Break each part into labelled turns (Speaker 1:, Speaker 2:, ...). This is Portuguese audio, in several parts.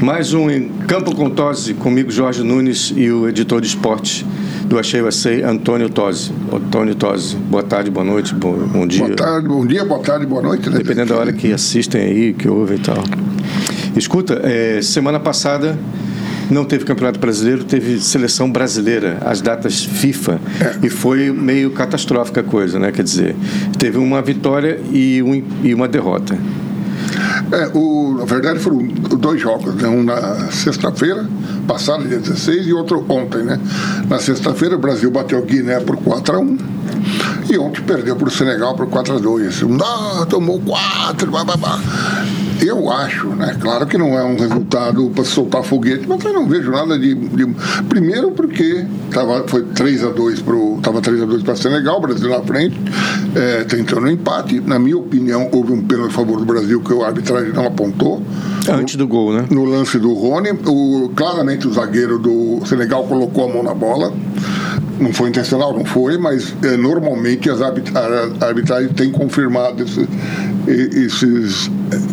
Speaker 1: Mais um em Campo com Tose, comigo Jorge Nunes e o editor de esporte do Achei Achei, Antônio Tose. Antônio Tose, boa tarde, boa noite, bom, bom dia.
Speaker 2: Boa tarde, bom dia, boa tarde, boa noite. Né?
Speaker 1: Dependendo da hora que assistem aí, que ouvem e tal. Escuta, é, semana passada não teve Campeonato Brasileiro, teve Seleção Brasileira, as datas FIFA.
Speaker 2: É.
Speaker 1: E foi meio catastrófica a coisa, né? Quer dizer, teve uma vitória e, um, e uma derrota.
Speaker 2: É, o, na verdade foram dois jogos, né? um na sexta-feira, passado dia 16, e outro ontem. Né? Na sexta-feira o Brasil bateu a Guiné por 4 a 1 e ontem perdeu para o Senegal por 4 a 2 Não, tomou 4, blá, blá, blá. Eu acho, né? Claro que não é um resultado para soltar foguete, mas eu não vejo nada de. de- Primeiro porque tava, foi 3 a 2 pro. Tava 3 a 2 para Senegal, o Brasil na frente, é, tentando um empate. Na minha opinião, houve um pênalti a favor do Brasil que o arbitragem não apontou.
Speaker 1: Antes do gol, né?
Speaker 2: No lance do Rony, o, claramente o zagueiro do Senegal colocou a mão na bola. Não foi intencional, não foi, mas eh, normalmente as arbit- a- a arbitragem tem confirmado esse- e- esses,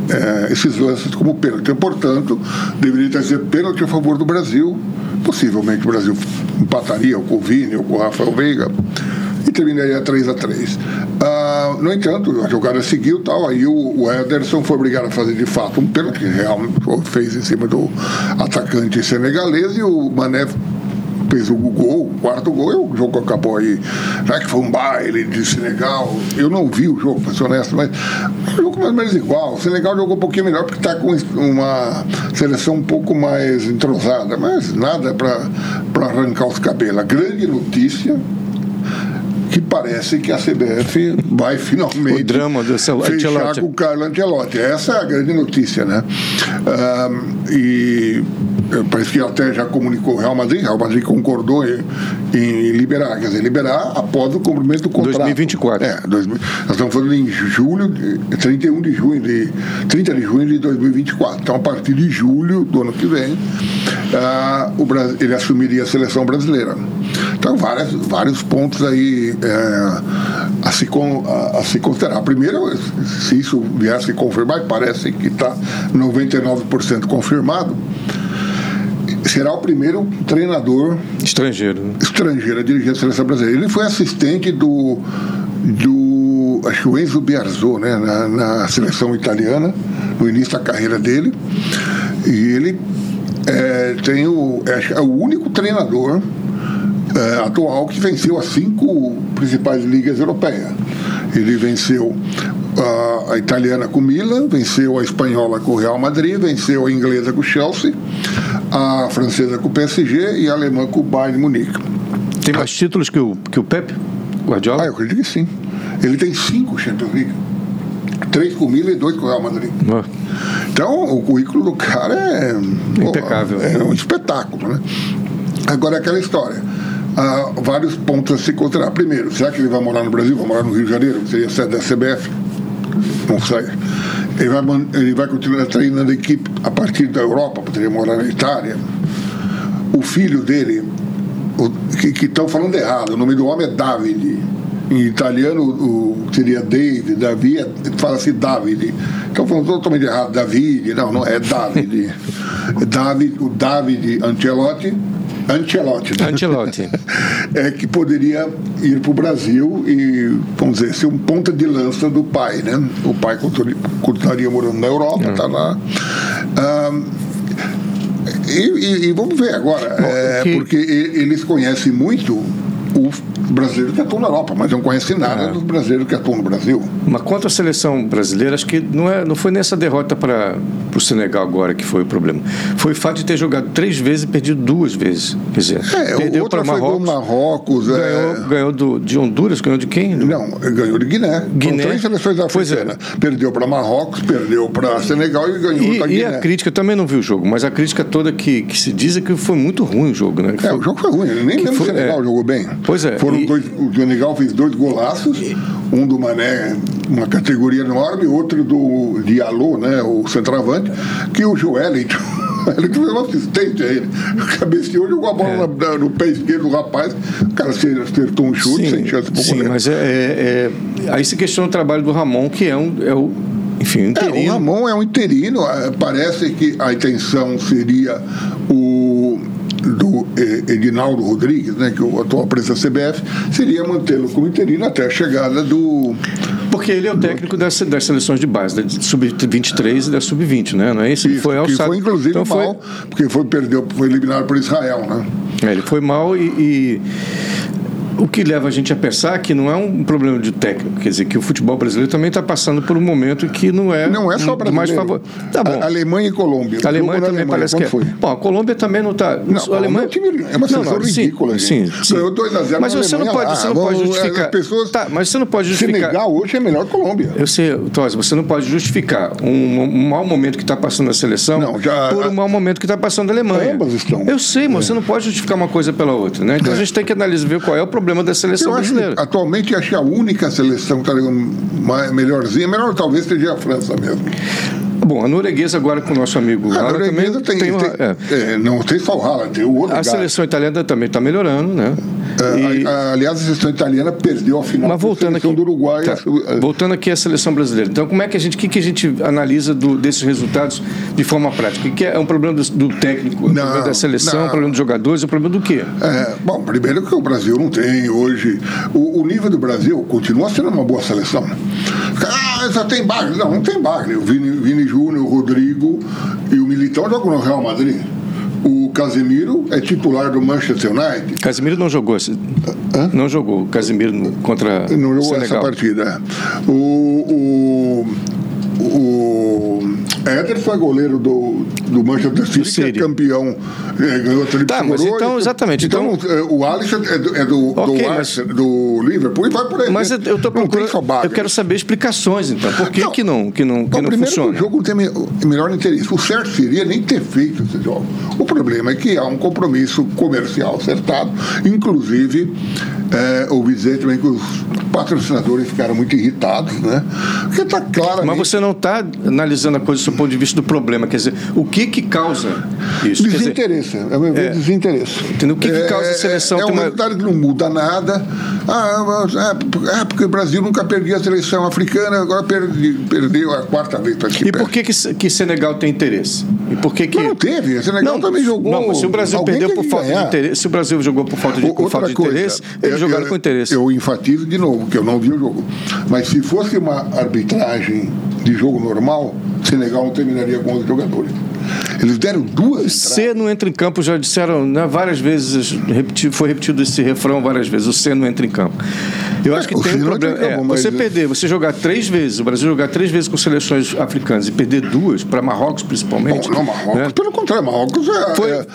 Speaker 2: eh, esses lances como pênalti. Portanto, deveria ser pênalti a favor do Brasil. Possivelmente o Brasil empataria ou com o Vini ou com o Rafael Veiga e terminaria 3 a 3 Ah, No entanto, a jogada seguiu tal, aí o, o Ederson foi obrigado a fazer de fato um pênalti, que realmente fez em cima do atacante senegalês e o Mané fez o gol, o quarto gol, e o jogo acabou aí. Já que foi um baile de Senegal, eu não vi o jogo, pra ser honesto, mas o jogo mais ou menos igual. O Senegal jogou um pouquinho melhor porque está com uma seleção um pouco mais entrosada, mas nada para arrancar os cabelos. A grande notícia que parece que a CBF vai finalmente
Speaker 1: O drama do Cel-
Speaker 2: fechar
Speaker 1: Ancelotti.
Speaker 2: com o Carlo Ancelotti. Essa é a grande notícia, né? Ah, e eh, parece que até já comunicou o Real Madrid, Real Madrid concordou em, em liberar, quer dizer, liberar após o cumprimento do contrato.
Speaker 1: 2024.
Speaker 2: É, 2000, nós estamos falando em julho, de- 31 de junho, de 30 de junho de 2024. Então, a partir de julho do ano que vem, ah, o Brasil, ele assumiria a seleção brasileira. Então, várias, vários pontos aí eh, a, se con- a- a se considerar. Primeiro, se isso vier a se confirmar, e parece que tá está 99% confirmado, será o primeiro treinador
Speaker 1: Estrangeiro. né?
Speaker 2: estrangeira dirigente da seleção brasileira. Ele foi assistente do, do acho que o Enzo Biarzô, né, na, na seleção italiana, no início da carreira dele. E ele é, tem o, é, é o único treinador é, atual que venceu as cinco principais ligas europeias. Ele venceu a, a italiana com o Milan, venceu a espanhola com o Real Madrid, venceu a inglesa com o Chelsea, a francesa com o PSG e a alemã com o Bayern de Munique.
Speaker 1: Tem mais títulos que o, que o Pepe?
Speaker 2: Ah,
Speaker 1: Guardiola?
Speaker 2: eu acredito que sim. Ele tem cinco Champions League. Três com o Milan e dois com o Real Madrid.
Speaker 1: Ó,
Speaker 2: Então, o currículo do cara é...
Speaker 1: Impecável.
Speaker 2: É um espetáculo, né? Agora, aquela história. Há vários pontos a se considerar. Primeiro, será que ele vai morar no Brasil? Vai morar no Rio de Janeiro? que Seria a sede da CBF? Não sei. Ele vai, man- ele vai continuar treinando a equipe a partir da Europa, poderia morar na Itália. O filho dele, o- que que estão falando errado, o nome do homem é Davide. Em italiano, o, seria David, Davi, é- fala-se Davide. Estão falando totalmente errado, Davide, não, não, é Davide. É Davi- o Davide Ancelotti, Ancelotti, né?
Speaker 1: Ancelotti.
Speaker 2: é que poderia ir para o Brasil e, vamos dizer, ser um ponta de lança do pai, né? O pai continu- continuaria morando na Europa, tá lá. Ah, e, e- e vamos ver agora, é,
Speaker 1: que-
Speaker 2: porque e- eles conhecem muito o brasileiro que atua na Europa, mas não conhecem nada
Speaker 1: É.
Speaker 2: dos brasileiros que atuam no Brasil.
Speaker 1: Mas quanto à seleção brasileira, acho que não, é, não foi nessa derrota para o Senegal agora que foi o problema. Foi o fato de ter jogado três vezes e perdido duas vezes. Quer dizer,
Speaker 2: É,
Speaker 1: perdeu
Speaker 2: outra
Speaker 1: para
Speaker 2: foi do
Speaker 1: Marrocos,
Speaker 2: Marrocos, é,
Speaker 1: ganhou, ganhou do, de Honduras, ganhou de quem? Do-
Speaker 2: Não, ganhou de Guiné.
Speaker 1: Guiné.
Speaker 2: São três seleções
Speaker 1: Pois é.
Speaker 2: africanas. Perdeu para Marrocos, perdeu para Senegal e ganhou
Speaker 1: E,
Speaker 2: para
Speaker 1: e
Speaker 2: Guiné.
Speaker 1: a crítica, eu também não vi o jogo, mas a crítica toda que, que se diz é que foi muito ruim o jogo, né? Que
Speaker 2: É,
Speaker 1: foi-
Speaker 2: o jogo foi ruim, ele nem lembro
Speaker 1: foi-
Speaker 2: se o Senegal
Speaker 1: é.
Speaker 2: jogou bem.
Speaker 1: Pois é,
Speaker 2: Foram
Speaker 1: e-
Speaker 2: dois, o Senegal fez dois golaços, um do Mané, uma categoria enorme, outro do Diallo, né, o centroavante, que o Joelito, ele teve um assistente a ele, cabeceou, jogou a bola
Speaker 1: É.
Speaker 2: na- na- no pé esquerdo do rapaz, o cara se acertou um chute, sem chance pro
Speaker 1: sim
Speaker 2: goleiro.
Speaker 1: mas é, é- é- aí se questiona o trabalho do Ramon, que é, um, é o, enfim, um
Speaker 2: É, o
Speaker 1: interino.
Speaker 2: Ramon é um interino. eh, Parece que a intenção seria o do eh, Edinaldo Rodrigues, né, que é o atual presidente da CBF, seria mantê-lo como interino até a chegada do.
Speaker 1: Porque ele é o técnico das, das seleções de base, da sub-23 e da sub-20, né? Não é isso? Ele foi
Speaker 2: que
Speaker 1: alçado.
Speaker 2: foi inclusive
Speaker 1: então, foi-
Speaker 2: mal, porque foi perdeu, foi eliminado por Israel, né?
Speaker 1: É, ele foi mal e, e o que leva a gente a pensar que não é um problema de técnico, quer dizer, que o futebol brasileiro também está passando por um momento que não é
Speaker 2: Não é só
Speaker 1: um- mais
Speaker 2: brasileiro.
Speaker 1: favor. Tá bom.
Speaker 2: A- Alemanha e Colômbia.
Speaker 1: A Alemanha
Speaker 2: Jogo na
Speaker 1: também parece que
Speaker 2: quando
Speaker 1: é.
Speaker 2: foi?
Speaker 1: Bom, a Colômbia também não tá- está.
Speaker 2: Não, Alemanha... é, um time, é uma seleção ridícula.
Speaker 1: Sim,
Speaker 2: gente.
Speaker 1: sim.
Speaker 2: Ganhou 2 a 0
Speaker 1: Mas
Speaker 2: na
Speaker 1: você não
Speaker 2: Alemanha
Speaker 1: pode,
Speaker 2: lá.
Speaker 1: você não pode
Speaker 2: Vamos- é,
Speaker 1: justificar.
Speaker 2: As pessoas...
Speaker 1: Tá, mas você não pode justificar.
Speaker 2: Senegal hoje é melhor que Colômbia.
Speaker 1: Eu sei, Tos, você não pode justificar um, um mau momento que está passando a seleção
Speaker 2: Não, já-
Speaker 1: por um mau momento que está passando a Alemanha.
Speaker 2: Ambas estão. É.
Speaker 1: Eu sei, mas você não pode justificar uma coisa pela outra. Né? Então a gente tem que analisar ver qual é o problema da seleção
Speaker 2: Eu acho
Speaker 1: brasileira.
Speaker 2: que, atualmente acho que a única seleção que está ma- melhorzinha, melhor talvez seja a França mesmo.
Speaker 1: Bom, a norueguesa agora com o nosso amigo
Speaker 2: A
Speaker 1: Haaland
Speaker 2: norueguesa tem,
Speaker 1: também
Speaker 2: tem,
Speaker 1: uma- é.
Speaker 2: é, não tem só o Haaland, tem o outro
Speaker 1: A
Speaker 2: cara.
Speaker 1: seleção italiana também está melhorando, né?
Speaker 2: É,
Speaker 1: E-
Speaker 2: a- a- aliás, a seleção italiana perdeu a final
Speaker 1: Mas
Speaker 2: pra
Speaker 1: voltando
Speaker 2: seleção
Speaker 1: aqui,
Speaker 2: do Uruguai.
Speaker 1: Tá.
Speaker 2: acho- é,
Speaker 1: voltando aqui à seleção brasileira. Então, como é que a gente, o que, que a gente analisa do- desses resultados de forma prática? O que é, é um problema do, do técnico, é um
Speaker 2: Não,
Speaker 1: problema da seleção, é um
Speaker 2: não.
Speaker 1: problema dos jogadores, é um problema do quê?
Speaker 2: é, bom, primeiro que o Brasil não tem hoje. O, o nível do Brasil continua sendo uma boa seleção. né? Ah, só tem Bagre. Não, não tem Bagre. O Vini, Vini Júnior, o Rodrigo e o Militão jogam no Real Madrid. O Casemiro é titular do Manchester United.
Speaker 1: Casimiro não jogou, esse-
Speaker 2: Hã?
Speaker 1: não jogou. Casimiro no- contra
Speaker 2: não jogou essa
Speaker 1: Senegal.
Speaker 2: partida. O, o, o Ederson é goleiro do, do Manchester City,
Speaker 1: City.
Speaker 2: que é campeão, é, ganhou a tríplice
Speaker 1: Tá, mas
Speaker 2: coroa.
Speaker 1: então, exatamente,
Speaker 2: Então, é, o Alisson é do, é do, do
Speaker 1: Ok, mas-
Speaker 2: Arsenal, do Liverpool e vai por aí.
Speaker 1: Mas eu
Speaker 2: né?
Speaker 1: eu tô
Speaker 2: Não tem só
Speaker 1: procurando.
Speaker 2: bagre.
Speaker 1: Eu quero saber explicações, então. Por que,
Speaker 2: Não.
Speaker 1: que não, que não, que
Speaker 2: Bom,
Speaker 1: não
Speaker 2: primeiro que
Speaker 1: funciona?
Speaker 2: o jogo não tem me- o melhor interesse. O certo seria nem ter feito esse jogo. O problema é que há um compromisso comercial acertado. Inclusive, eh, ouvi dizer também que os patrocinadores ficaram muito irritados, né? Porque está claramente...
Speaker 1: Mas você não está analisando a coisa do ponto de vista do problema. Quer dizer, o que que causa isso? Quer dizer,
Speaker 2: Desinteresse, é o meu ver,
Speaker 1: é.
Speaker 2: desinteresse.
Speaker 1: Entendeu? O que que causa a seleção
Speaker 2: É, é
Speaker 1: ter
Speaker 2: uma
Speaker 1: uma-
Speaker 2: realidade que não muda nada. Ah, mas, ah, porque- ah, porque o Brasil nunca perdia a seleção africana, agora perdi- perdeu a quarta vez. tá aqui
Speaker 1: E
Speaker 2: perto.
Speaker 1: por que, que, Se- que Senegal tem interesse? E por que que...
Speaker 2: Mas não teve, o Senegal também jogou.
Speaker 1: Não, mas se o Brasil
Speaker 2: Alguém
Speaker 1: perdeu
Speaker 2: tem
Speaker 1: por
Speaker 2: que
Speaker 1: falta de
Speaker 2: ganhar.
Speaker 1: interesse, se o Brasil jogou por falta de,
Speaker 2: O-
Speaker 1: com falta de interesse, eles jogaram com interesse.
Speaker 2: Eu enfatizo de novo, que eu não vi o jogo. Mas se fosse uma arbitragem de jogo normal, Senegal não terminaria com 11 jogadores. Eles deram duas.
Speaker 1: C não entra em campo, já disseram né, várias vezes, repeti- foi repetido esse refrão várias vezes, o C não entra em campo. Eu acho que
Speaker 2: É, o
Speaker 1: tem
Speaker 2: C
Speaker 1: um
Speaker 2: não entra em
Speaker 1: problema. é,
Speaker 2: campo, mas-
Speaker 1: Você perder, você jogar três vezes, o Brasil jogar três vezes com seleções africanas e perder duas, para Marrocos
Speaker 2: Bom,
Speaker 1: principalmente.
Speaker 2: não, Marrocos,
Speaker 1: né?
Speaker 2: pelo contrário, Marrocos é,
Speaker 1: Foi,
Speaker 2: é-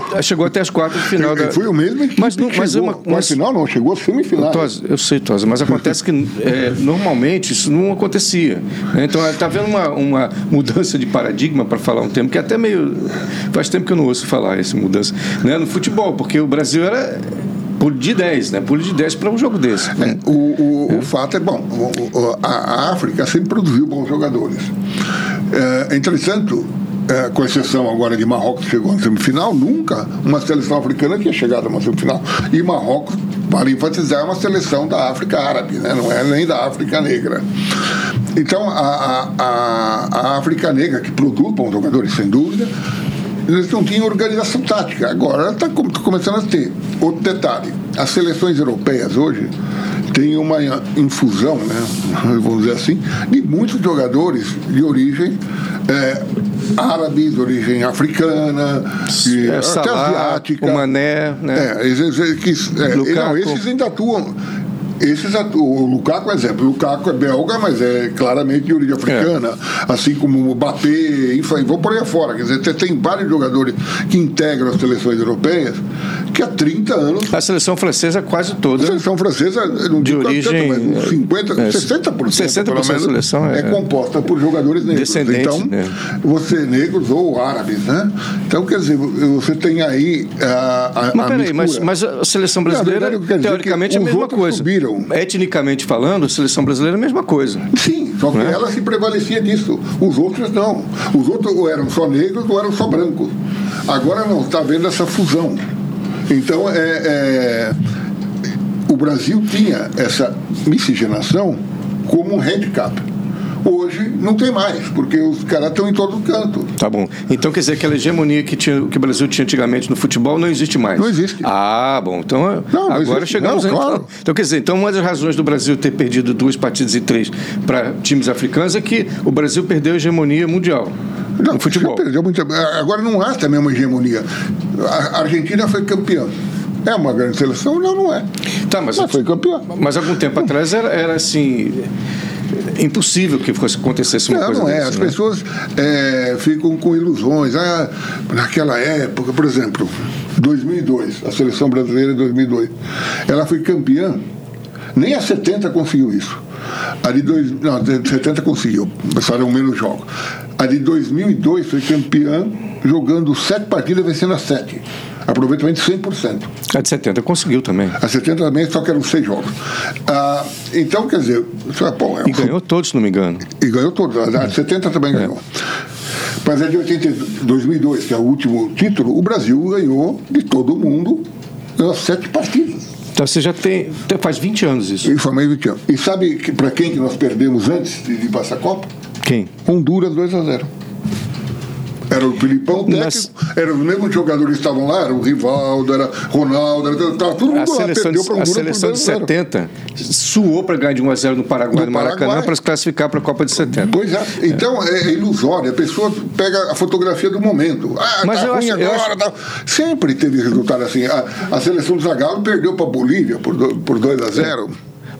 Speaker 1: foi, chegou até as quartas de final da.
Speaker 2: foi o mesmo que
Speaker 1: Mas, não, mas é
Speaker 2: chegou.
Speaker 1: uma,
Speaker 2: Quarta
Speaker 1: mas
Speaker 2: final não, chegou a semifinal.
Speaker 1: Tosa, eu sei, Tosa, mas acontece que é, normalmente isso não acontecia. né? Então está havendo uma, uma mudança de paradigma, para falar um termo, que até meio. Faz tempo que eu não ouço falar essa mudança né? no futebol, porque o Brasil era pulo de 10, né? Pulo de 10 para um jogo desse. né?
Speaker 2: O, o- o fato é, bom, o- o- a a África sempre produziu bons jogadores. É, entretanto, é, com exceção agora de Marrocos, que chegou na semifinal, nunca uma seleção africana tinha chegado a uma semifinal. E Marrocos, para enfatizar, é uma seleção da África árabe, né? não é nem da África negra. Então, a, a- a- a África negra, que produz bons jogadores, sem dúvida, eles não tinham organização tática. Agora está começando a ter. Outro detalhe: as seleções europeias hoje têm uma infusão, né, vamos dizer assim, de muitos jogadores de origem eh, árabe, de origem africana, de,
Speaker 1: É,
Speaker 2: até
Speaker 1: Salah,
Speaker 2: asiática.
Speaker 1: o Mané, né?
Speaker 2: É, esses, esses- que- é,
Speaker 1: Lukaku.
Speaker 2: não, esses ainda atuam. Esses atu- o Lukaku, exemplo, o Lukaku é belga, mas é claramente de origem africana, assim como o Mbappé, enfim, vou por aí afora. Quer dizer, tem- tem vários jogadores que integram as seleções europeias que há 30 anos
Speaker 1: A seleção francesa quase
Speaker 2: a
Speaker 1: toda.
Speaker 2: seleção francesa, eu não
Speaker 1: Ah, De
Speaker 2: digo tanto,
Speaker 1: origem,
Speaker 2: mas uns
Speaker 1: é,
Speaker 2: 50,
Speaker 1: é,
Speaker 2: 60%,
Speaker 1: 60%
Speaker 2: pelo
Speaker 1: da
Speaker 2: menos,
Speaker 1: seleção é-
Speaker 2: é composta por jogadores negros.
Speaker 1: Descendentes,
Speaker 2: Então,
Speaker 1: né?
Speaker 2: você é negros ou árabes, né? Então, quer dizer, você tem aí a, a,
Speaker 1: Mas
Speaker 2: a
Speaker 1: peraí, mas,
Speaker 2: mistura.
Speaker 1: mas a seleção brasileira,
Speaker 2: verdade, eu quero dizer
Speaker 1: teoricamente,
Speaker 2: que
Speaker 1: é a
Speaker 2: os
Speaker 1: mesma
Speaker 2: outros
Speaker 1: coisa.
Speaker 2: subiram.
Speaker 1: Etnicamente falando, a seleção brasileira é a mesma coisa.
Speaker 2: Sim, só que
Speaker 1: Né?
Speaker 2: ela se prevalecia disso. Os outros não. Os outros ou eram só negros ou eram só brancos. Agora não, está havendo essa fusão. Então, é, é, o Brasil tinha essa miscigenação como um handicap. Hoje não tem mais, porque os caras estão em todo canto.
Speaker 1: Tá bom. Então quer dizer que a hegemonia que, tinha, que o Brasil tinha antigamente no futebol não existe mais?
Speaker 2: Não existe.
Speaker 1: Ah, bom. Então
Speaker 2: Não, não
Speaker 1: agora
Speaker 2: existe.
Speaker 1: chegamos
Speaker 2: Não,
Speaker 1: a-
Speaker 2: claro.
Speaker 1: Então quer dizer, então uma das razões do Brasil ter perdido duas partidas e três para times africanos é que o Brasil perdeu a hegemonia mundial
Speaker 2: Não,
Speaker 1: no futebol.
Speaker 2: já perdeu muito- Agora não há também uma hegemonia. A a Argentina foi campeã. É uma grande seleção? Não, não é.
Speaker 1: Tá, mas,
Speaker 2: Mas foi campeã.
Speaker 1: mas algum tempo atrás era, era assim impossível que fosse acontecesse uma
Speaker 2: Não,
Speaker 1: coisa
Speaker 2: não é.
Speaker 1: dessa,
Speaker 2: As
Speaker 1: né?
Speaker 2: pessoas é, ficam com ilusões. Ah, naquela época, por exemplo, 2002, a seleção brasileira de 2002, ela foi campeã. Nem a 70 conseguiu isso. A de dois, não, a de 70 conseguiu, passaram menos jogos. A de 2002 foi campeã jogando sete partidas, vencendo as sete. Aproveitamento 100%.
Speaker 1: A de 70 conseguiu também.
Speaker 2: A 70 também só que eram seis jogos. Ah, então, quer dizer, isso é, bom, é
Speaker 1: E
Speaker 2: um-
Speaker 1: ganhou todos, se não me engano.
Speaker 2: e ganhou todas. A de 70
Speaker 1: É.
Speaker 2: também ganhou. Mas a de 82, 2002, que é o último título, o Brasil ganhou de todo mundo ganhou sete partidas.
Speaker 1: Então você já tem. te- Faz 20 anos isso.
Speaker 2: E foi meio 20 anos. E sabe que, para quem que nós perdemos antes de, de passar a Copa?
Speaker 1: Quem?
Speaker 2: Honduras 2 a 0 era o Filipão técnico,
Speaker 1: Mas-
Speaker 2: era os mesmos jogadores que estavam lá, era o Rivaldo, era Ronaldo, era, tava todo mundo
Speaker 1: A
Speaker 2: lá,
Speaker 1: seleção,
Speaker 2: perdeu para
Speaker 1: de, a
Speaker 2: Honduras por
Speaker 1: seleção de
Speaker 2: 2 a 0.
Speaker 1: 70 suou para ganhar de 1 a 0 no Paraguai,
Speaker 2: No
Speaker 1: no Maracanã,
Speaker 2: Paraguai.
Speaker 1: para se classificar para a Copa de 70.
Speaker 2: Pois é. Então é, é ilusório. A pessoa pega a fotografia do momento. Ah,
Speaker 1: Mas
Speaker 2: tá
Speaker 1: eu
Speaker 2: ruim
Speaker 1: acho- eu
Speaker 2: agora.
Speaker 1: acho-
Speaker 2: tá- Sempre teve resultado assim. A, a seleção do Zagallo perdeu para a Bolívia por 2 por dois a 0.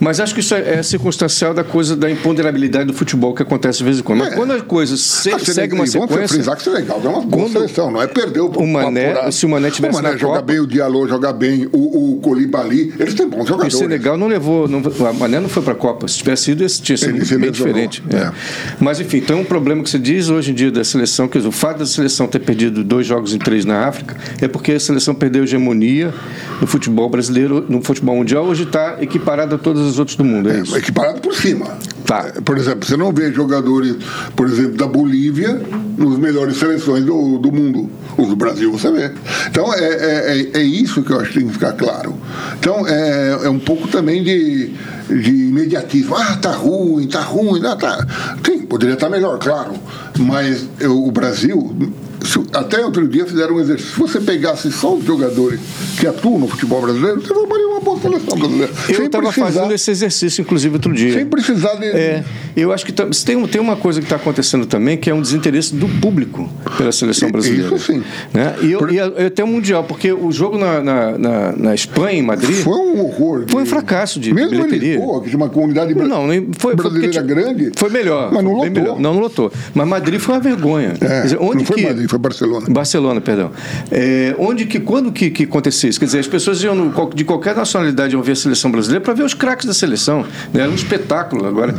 Speaker 1: Mas acho que isso é, é circunstancial da coisa da imponderabilidade do futebol que acontece de vez em quando. Mas
Speaker 2: É.
Speaker 1: quando a coisa se-
Speaker 2: Ah, Sene-
Speaker 1: segue uma
Speaker 2: e vamos
Speaker 1: sequência.
Speaker 2: frisar que Senegal é uma boa
Speaker 1: Quando
Speaker 2: seleção, não é perder o
Speaker 1: o Mané- se o Mané tivesse
Speaker 2: O Mané
Speaker 1: na
Speaker 2: joga
Speaker 1: Copa-
Speaker 2: bem, o Diallo joga bem, o, o Colibali, eles têm bons
Speaker 1: E o
Speaker 2: jogadores.
Speaker 1: Senegal não levou. Não, a Mané não foi para a Copa. Se tivesse ido, esse tinha sido
Speaker 2: Ele se
Speaker 1: bem
Speaker 2: lesionou,
Speaker 1: diferente.
Speaker 2: é.
Speaker 1: É. Mas, enfim, então um problema que se diz hoje em dia da seleção, que o fato da seleção ter perdido dois jogos em três na África, é porque a seleção perdeu a hegemonia no futebol brasileiro, no futebol mundial, hoje está equiparada a todas as outras do mundo. É, isso.
Speaker 2: É, equiparado por cima. É,
Speaker 1: Tá.
Speaker 2: Por exemplo, você não vê jogadores, por exemplo, da Bolívia nos melhores seleções do, do mundo. Os do Brasil você vê. Então é, é, é- é isso que eu acho que tem que ficar claro. Então é, é um pouco também de, de imediatismo. Ah, tá ruim, tá ruim. Ah, tá. Sim, poderia estar melhor, claro. Mas eu- o Brasil. se- Até outro dia fizeram um exercício. Se você pegasse só os jogadores que atuam no futebol brasileiro, você formaria uma boa seleção brasileira.
Speaker 1: Eu
Speaker 2: Sem
Speaker 1: estava
Speaker 2: precisar-
Speaker 1: fazendo esse exercício, inclusive, outro dia.
Speaker 2: sem precisar de.
Speaker 1: É, eu acho que tá- tem, um- tem uma coisa que está acontecendo também, que é um desinteresse do público pela seleção
Speaker 2: I-
Speaker 1: brasileira.
Speaker 2: isso sim.
Speaker 1: Né? E, eu- e a- e até o Mundial, porque o jogo na, na, na- na Espanha, em Madrid,
Speaker 2: Foi um horror. de-
Speaker 1: Foi um fracasso de
Speaker 2: Mesmo
Speaker 1: bilheteria.
Speaker 2: em Lisboa, que tinha uma comunidade bra-
Speaker 1: Não, nem foi, foi porque
Speaker 2: brasileira
Speaker 1: tinha-
Speaker 2: grande.
Speaker 1: Foi melhor.
Speaker 2: Mas não
Speaker 1: foi bem
Speaker 2: lotou.
Speaker 1: melhor. Não, não lotou. Mas Madrid foi uma vergonha. Quer
Speaker 2: É,
Speaker 1: dizer, onde
Speaker 2: não foi
Speaker 1: que-
Speaker 2: Madrid, foi Barcelona.
Speaker 1: Barcelona, perdão. É, onde que, quando que, que acontecia isso? Quer dizer, as pessoas iam no- de qualquer nacionalidade iam ver a seleção brasileira para ver os craques da seleção. né? Era um espetáculo agora.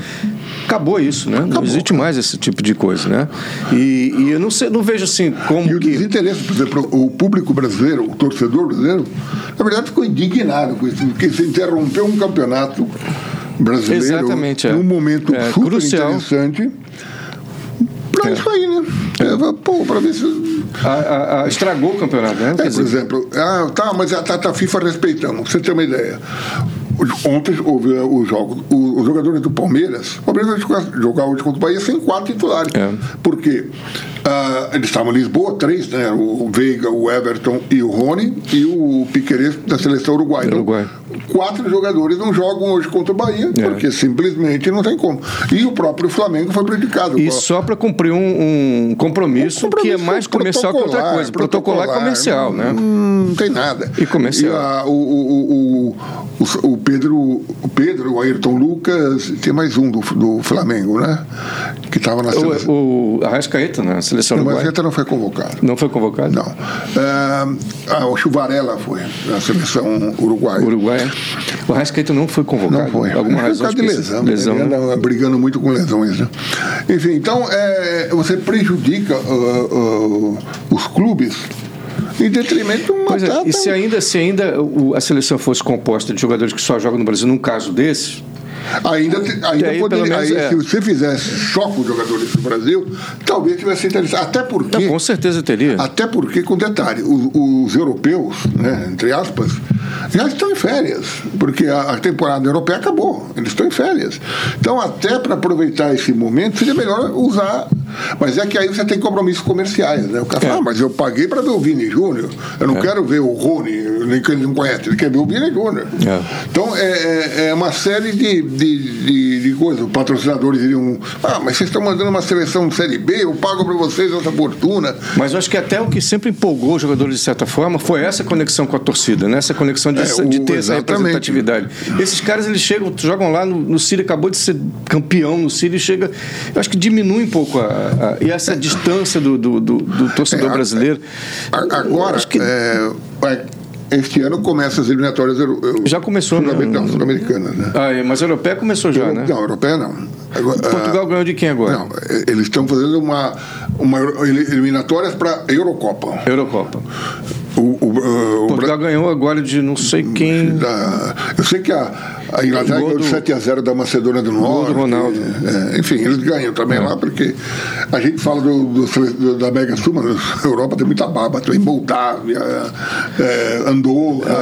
Speaker 1: Acabou isso, né? Não existe mais esse tipo de coisa, né? E, e eu não, sei, não vejo assim como
Speaker 2: E o
Speaker 1: que...
Speaker 2: desinteresse, por exemplo, o público brasileiro, o torcedor brasileiro, na verdade ficou indignado com isso, porque se interrompeu um campeonato brasileiro
Speaker 1: Exatamente, é.
Speaker 2: num momento
Speaker 1: É,
Speaker 2: super
Speaker 1: crucial.
Speaker 2: interessante. Pra isso aí, né? É, pô, pra ver se.
Speaker 1: a- a- a- estragou o campeonato, né? Quer
Speaker 2: É, por
Speaker 1: dizer,
Speaker 2: exemplo, ah, tá, mas a, tá, tá, a FIFA respeitando. Pra você ter uma ideia. Ontem houve eh, o jogo. o- Os jogadores do Palmeiras, o Palmeiras vai jogar- jogar hoje contra o Bahia sem quatro titulares.
Speaker 1: É.
Speaker 2: Porque ah, eles estavam em Lisboa, três, né? O Veiga, o Everton e o Rony, e o Piqueires da seleção uruguaia. Então,
Speaker 1: Uruguai.
Speaker 2: Quatro jogadores não jogam hoje contra o Bahia,
Speaker 1: É.
Speaker 2: porque simplesmente não tem como. E o próprio Flamengo foi prejudicado.
Speaker 1: E
Speaker 2: Com a-
Speaker 1: só para cumprir um, um compromisso
Speaker 2: Um
Speaker 1: que é
Speaker 2: é. compromisso
Speaker 1: mais comercial que outra
Speaker 2: protocolar,
Speaker 1: coisa. Protocolar, e comercial, né?
Speaker 2: Hum, Não tem nada.
Speaker 1: E comercial.
Speaker 2: E a- o, o, o, o, o Pedro, o Pedro, o Ayrton Lucas, tem mais um do, do Flamengo, né? Que estava na seleção.
Speaker 1: O, o Arrascaeta, né? A seleção
Speaker 2: Mas é-
Speaker 1: uruguaia.
Speaker 2: ainda não foi convocado.
Speaker 1: Não foi convocado?
Speaker 2: Não. Ah, o Chuvarela foi na seleção uruguaia.
Speaker 1: O Uruguai. O Arrascaeta não foi convocado.
Speaker 2: Não foi.
Speaker 1: Alguma
Speaker 2: Foi
Speaker 1: razão
Speaker 2: por causa de lesão.
Speaker 1: específica.
Speaker 2: né?
Speaker 1: lesão
Speaker 2: Ele
Speaker 1: né?
Speaker 2: anda brigando muito com lesões. Né? Enfim, então é, você prejudica ah, ah, os clubes em detrimento de uma
Speaker 1: Pois é,
Speaker 2: data-
Speaker 1: e se ainda, se ainda o- a seleção fosse composta de jogadores que só jogam no Brasil num caso desses,
Speaker 2: Ainda, te- ainda
Speaker 1: aí, pelo
Speaker 2: poderia-
Speaker 1: menos,
Speaker 2: aí,
Speaker 1: é.
Speaker 2: se você fizesse choque os jogadores do Brasil, talvez tivesse interessado. Até porque.
Speaker 1: com certeza teria.
Speaker 2: Até porque, com detalhe, os, os europeus, né, entre aspas, já estão em férias, porque a, a temporada europeia acabou, eles estão em férias. Então, até para aproveitar esse momento, seria melhor usar. Mas é que aí você tem compromissos comerciais, né? O cara fala, ah, mas eu paguei para ver o Vini Júnior, eu não quero ver o Rony, nem que ele não conhece, ele quer ver o Vini Júnior.
Speaker 1: É.
Speaker 2: Então, é, é- é uma série de, de, de, de coisas. Patrocinadores iriam, ah, mas vocês estão mandando uma seleção de Série B, eu pago para vocês essa fortuna.
Speaker 1: Mas eu acho que até o que sempre empolgou os jogadores de certa forma foi essa conexão com a torcida, né? essa conexão de,
Speaker 2: É,
Speaker 1: de ter
Speaker 2: o-
Speaker 1: essa
Speaker 2: exatamente.
Speaker 1: representatividade. Esses caras eles chegam, jogam lá no, no Síria, acabou de ser campeão no Síria e chega. Eu acho que diminui um pouco a, a- e essa distância do, do, do- do torcedor
Speaker 2: É, a-
Speaker 1: brasileiro.
Speaker 2: A- Agora,
Speaker 1: Eu acho que
Speaker 2: é, é, este ano começa as eliminatórias euro- eu-
Speaker 1: Já começou, né?
Speaker 2: sul-amer- não, sul-americanas, né?
Speaker 1: Ah, é, mas a europeia começou já, né?
Speaker 2: Não, europeia não. Agora,
Speaker 1: Portugal ganhou de quem
Speaker 2: ah,
Speaker 1: agora?
Speaker 2: não, eh, eles estão fazendo uma, uma euro- ele- eliminatórias para Eurocopa.
Speaker 1: Eurocopa.
Speaker 2: O, o, eh, o Bra-
Speaker 1: Portugal ganhou agora de não sei quem.
Speaker 2: da- eu sei que a, a Inglaterra
Speaker 1: Gol
Speaker 2: ganhou de
Speaker 1: do-
Speaker 2: 7 a 0 da Macedônia do Norte.
Speaker 1: do Ronaldo.
Speaker 2: É, enfim, eles ganham também lá, porque a gente fala do, do sele- do- da Mega Sul, mas a Europa tem muita baba, tem Moldávia, é, Andorra,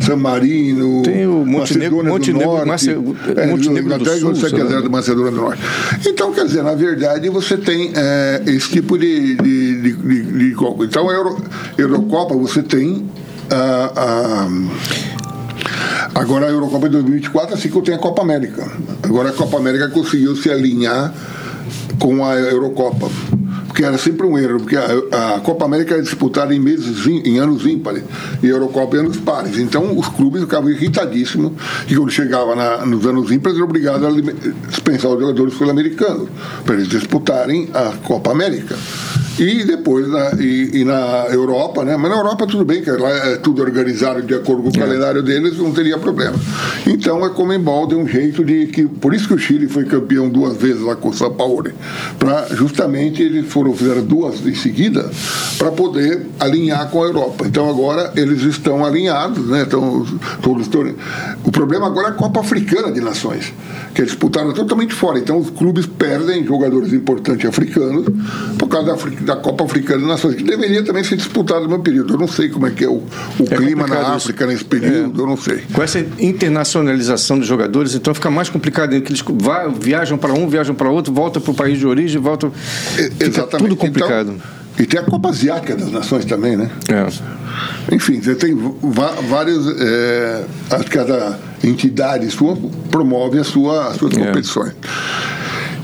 Speaker 2: San Marino,
Speaker 1: É. Tem o Montenegro-
Speaker 2: Macedônia
Speaker 1: Montenegro-
Speaker 2: do Norte.
Speaker 1: Mace-
Speaker 2: É,
Speaker 1: Montenegro do
Speaker 2: Inglaterra ganhou
Speaker 1: Sul,
Speaker 2: 7 a 0
Speaker 1: sei lá.
Speaker 2: da Macedônia do Norte. Então, quer dizer, na verdade, você tem é, esse tipo de, de, de, de- de Copa. Então, a Euro- Eurocopa, você tem. ah, ah, agora, a Eurocopa de 2024, assim que eu tenho a Copa América. Agora, a Copa América conseguiu se alinhar com a Eurocopa. Porque era sempre um erro, porque a, a Copa América era disputada em meses, ím- em anos ímpares, e a Eurocopa em anos pares. Então os clubes ficavam irritadíssimos, que quando chegava na- nos anos ímpares eram obrigados a lime- dispensar os jogadores sul-americanos, para eles disputarem a Copa América. E depois na, e, e na Europa, né? Mas na Europa tudo bem, que lá é tudo organizado de acordo com o calendário deles, não teria problema. Então a Comembol deu um jeito de que. Por isso que o Chile foi campeão duas vezes lá com o São Paulo. né? Pra, justamente eles foram, fizeram duas em seguida para poder alinhar com a Europa. Então agora eles estão alinhados, né? Estão, todos, estão- o problema agora é a Copa Africana de Nações, que eles disputaram totalmente fora. Então os clubes perdem jogadores importantes africanos por causa da, Afri- da Copa Africana de Nações, que deveria também ser disputada no mesmo período. Eu não sei como é que é o, o clima na
Speaker 1: complicado isso. É.
Speaker 2: África nesse período, eu não sei.
Speaker 1: Com essa internacionalização dos jogadores, então fica mais complicado que eles va- viajam para um, viajam para outro, voltam para o país de origem, voltam.
Speaker 2: E-
Speaker 1: Fica Tipo, tá tudo complicado.
Speaker 2: Então, e tem a Copa Asiática das Nações também, né?
Speaker 1: É.
Speaker 2: Enfim, você tem va- várias. eh, acho que cada entidade sua promove a sua, as suas
Speaker 1: É.
Speaker 2: competições.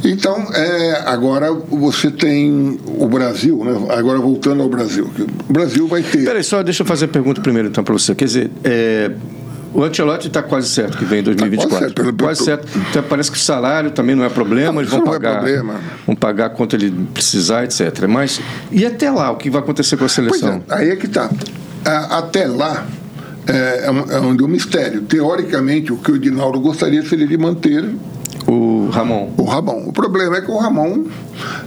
Speaker 2: Então, eh, agora você tem o Brasil, né? agora voltando ao Brasil. que O Brasil vai ter.
Speaker 1: Peraí, só deixa eu fazer a pergunta primeiro então para você. Quer dizer, é, o Ancelotti está quase certo que vem em 2024.
Speaker 2: Tá certo, pelo- pelo-
Speaker 1: Quase certo. Então, parece que o salário também não é problema,
Speaker 2: Não,
Speaker 1: eles
Speaker 2: isso
Speaker 1: vão
Speaker 2: não é
Speaker 1: pagar.
Speaker 2: problema.
Speaker 1: Vão pagar quanto ele precisar, etc. Mas e até lá, o que vai acontecer com a
Speaker 2: Pois é,
Speaker 1: seleção?
Speaker 2: aí é que está. Até lá é, é um, é um- é um mistério. Teoricamente, o que o Edinaldo gostaria seria de manter é.
Speaker 1: O Ramon.
Speaker 2: o Ramon. O problema é que o Ramon,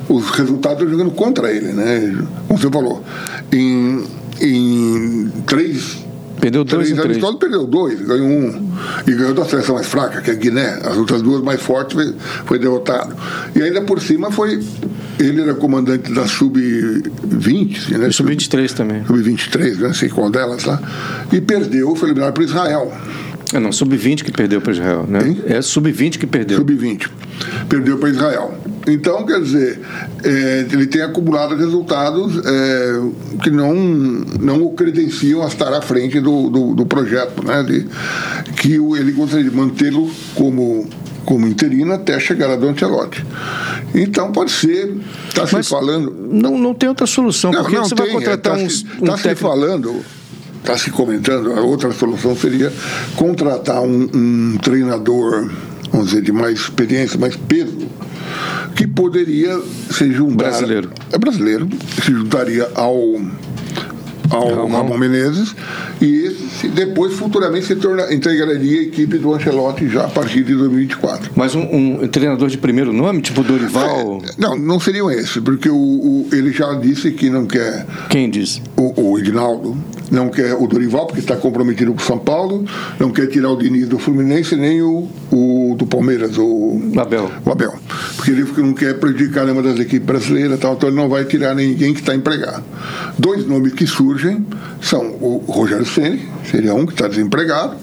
Speaker 2: os resultados estão jogando contra ele, né? Como você falou, em, em três.
Speaker 1: Perdeu dois
Speaker 2: Três
Speaker 1: em três.
Speaker 2: amistosos, perdeu dois, ganhou um. E ganhou da seleção mais fraca, que é a Guiné. As outras duas mais fortes foi, foi derrotado. E ainda por cima foi. Ele era comandante da Sub-20, né?
Speaker 1: Sub-23 também.
Speaker 2: Sub-23, né? sei qual delas lá. E perdeu, foi eliminado para Israel.
Speaker 1: É, não, sub-20 que perdeu para Israel, né?
Speaker 2: Hein?
Speaker 1: É sub-20 que perdeu.
Speaker 2: Sub-20. Perdeu para Israel. Então, quer dizer, eh, ele tem acumulado resultados eh, que não, não o credenciam a estar à frente do, do, do projeto, né? De, que o- ele gostaria de mantê-lo como, como interino até a chegada do Ancelotti. Então, pode ser, está se
Speaker 1: Mas-
Speaker 2: falando...
Speaker 1: Não, não tem outra solução. porque você vai contratar
Speaker 2: está
Speaker 1: um,
Speaker 2: se,
Speaker 1: um
Speaker 2: tá se
Speaker 1: técnico.
Speaker 2: falando, está se comentando, a outra solução seria contratar um, um treinador, vamos dizer, de mais experiência, mais peso, que poderia se juntar.
Speaker 1: Brasileiro.
Speaker 2: É brasileiro, se juntaria ao. Ao
Speaker 1: Ramon.
Speaker 2: Ramon. Menezes e se- depois futuramente se torna, integraria a equipe do Ancelotti já a partir de 2024.
Speaker 1: Mas um, um treinador de primeiro nome, tipo Dorival,
Speaker 2: É, não, não seriam esses, porque o, o- ele já disse que não quer
Speaker 1: quem diz?
Speaker 2: o, o Edinaldo não quer o Dorival, porque está comprometido com o São Paulo, não quer tirar o Diniz do Fluminense, nem o, o do Palmeiras, o
Speaker 1: Abel.
Speaker 2: o Abel. Porque ele não quer prejudicar nenhuma das equipes brasileiras, tal, então ele não vai tirar ninguém que está empregado. Dois nomes que surgem são o Rogério Ceni seria um que está desempregado,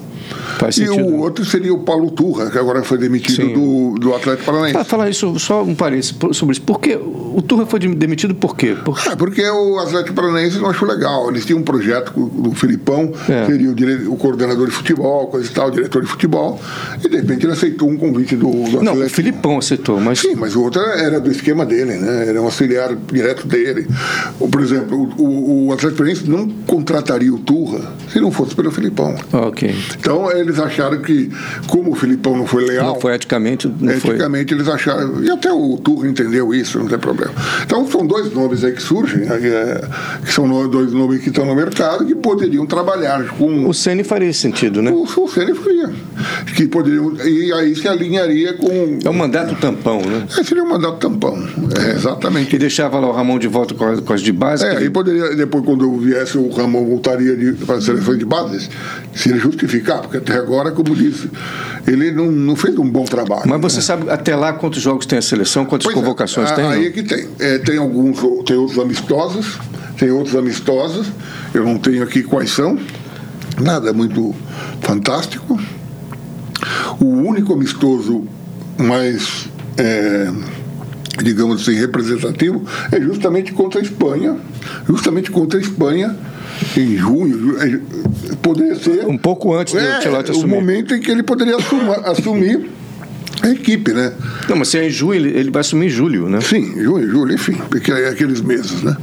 Speaker 1: Faz
Speaker 2: e
Speaker 1: sentido. né?
Speaker 2: o outro seria o Paulo Turra, que agora foi demitido
Speaker 1: Sim.
Speaker 2: do, do Atlético Paranaense.
Speaker 1: Para falar isso, só um parênteses por- sobre isso. Por que o Turra foi de- demitido por quê? Por...
Speaker 2: É, porque o Atlético Paranaense não achou legal. Eles tinham um projeto com- do Filipão,
Speaker 1: É.
Speaker 2: seria o, dire- o coordenador de futebol, coisa e tal, o diretor de futebol, e de repente ele aceitou um convite do, do Atlético.
Speaker 1: Não, o Filipão aceitou, mas
Speaker 2: Sim, mas o outro era do esquema dele, né? Era um auxiliar direto dele. O- Por exemplo, o- o, o Atlético Paranaense não contrataria o Turra se não fosse pelo Filipão.
Speaker 1: Ah, ok.
Speaker 2: Então eles acharam que, como o Filipão não foi leal,
Speaker 1: Não foi eticamente, não foi.
Speaker 2: Eticamente eles acharam, e até o Turro entendeu isso, não tem problema. Então são dois nomes aí que surgem, né, que, é- que são no- dois nomes que estão no mercado que poderiam trabalhar com
Speaker 1: O
Speaker 2: o,
Speaker 1: Ceni faria esse sentido, né?
Speaker 2: o Ceni Faria. Que poderiam, e aí se alinharia com.
Speaker 1: É um mandato tampão, né?
Speaker 2: É, seria um mandato tampão. É, exatamente.
Speaker 1: Que deixava lá o Ramon de volta com as, com as de base.
Speaker 2: É,
Speaker 1: que-
Speaker 2: aí poderia, depois quando viesse o Ramon voltaria de, para a seleção de bases, se ele justificar, porque até agora, como disse, ele não, não fez um bom trabalho.
Speaker 1: Mas você sabe até lá quantos jogos tem a seleção, quantas
Speaker 2: Pois é,
Speaker 1: convocações
Speaker 2: a-
Speaker 1: tem?
Speaker 2: Aí
Speaker 1: não?
Speaker 2: é que tem. É, tem alguns, tem outros amistosos, tem outros amistosos. Eu não tenho aqui quais são. Nada muito fantástico. O único amistoso mais, é, digamos assim, representativo é justamente contra a Espanha. Justamente contra a Espanha em junho. ju- é, Poderia ser
Speaker 1: Um pouco antes do
Speaker 2: é,
Speaker 1: Ancelotti
Speaker 2: o
Speaker 1: assumir.
Speaker 2: momento em que ele poderia assuma- assumir a equipe, né?
Speaker 1: Não, mas se é em junho, ele, ele vai assumir em julho, né?
Speaker 2: Sim, junho, julho, enfim, porque é aqueles meses, né?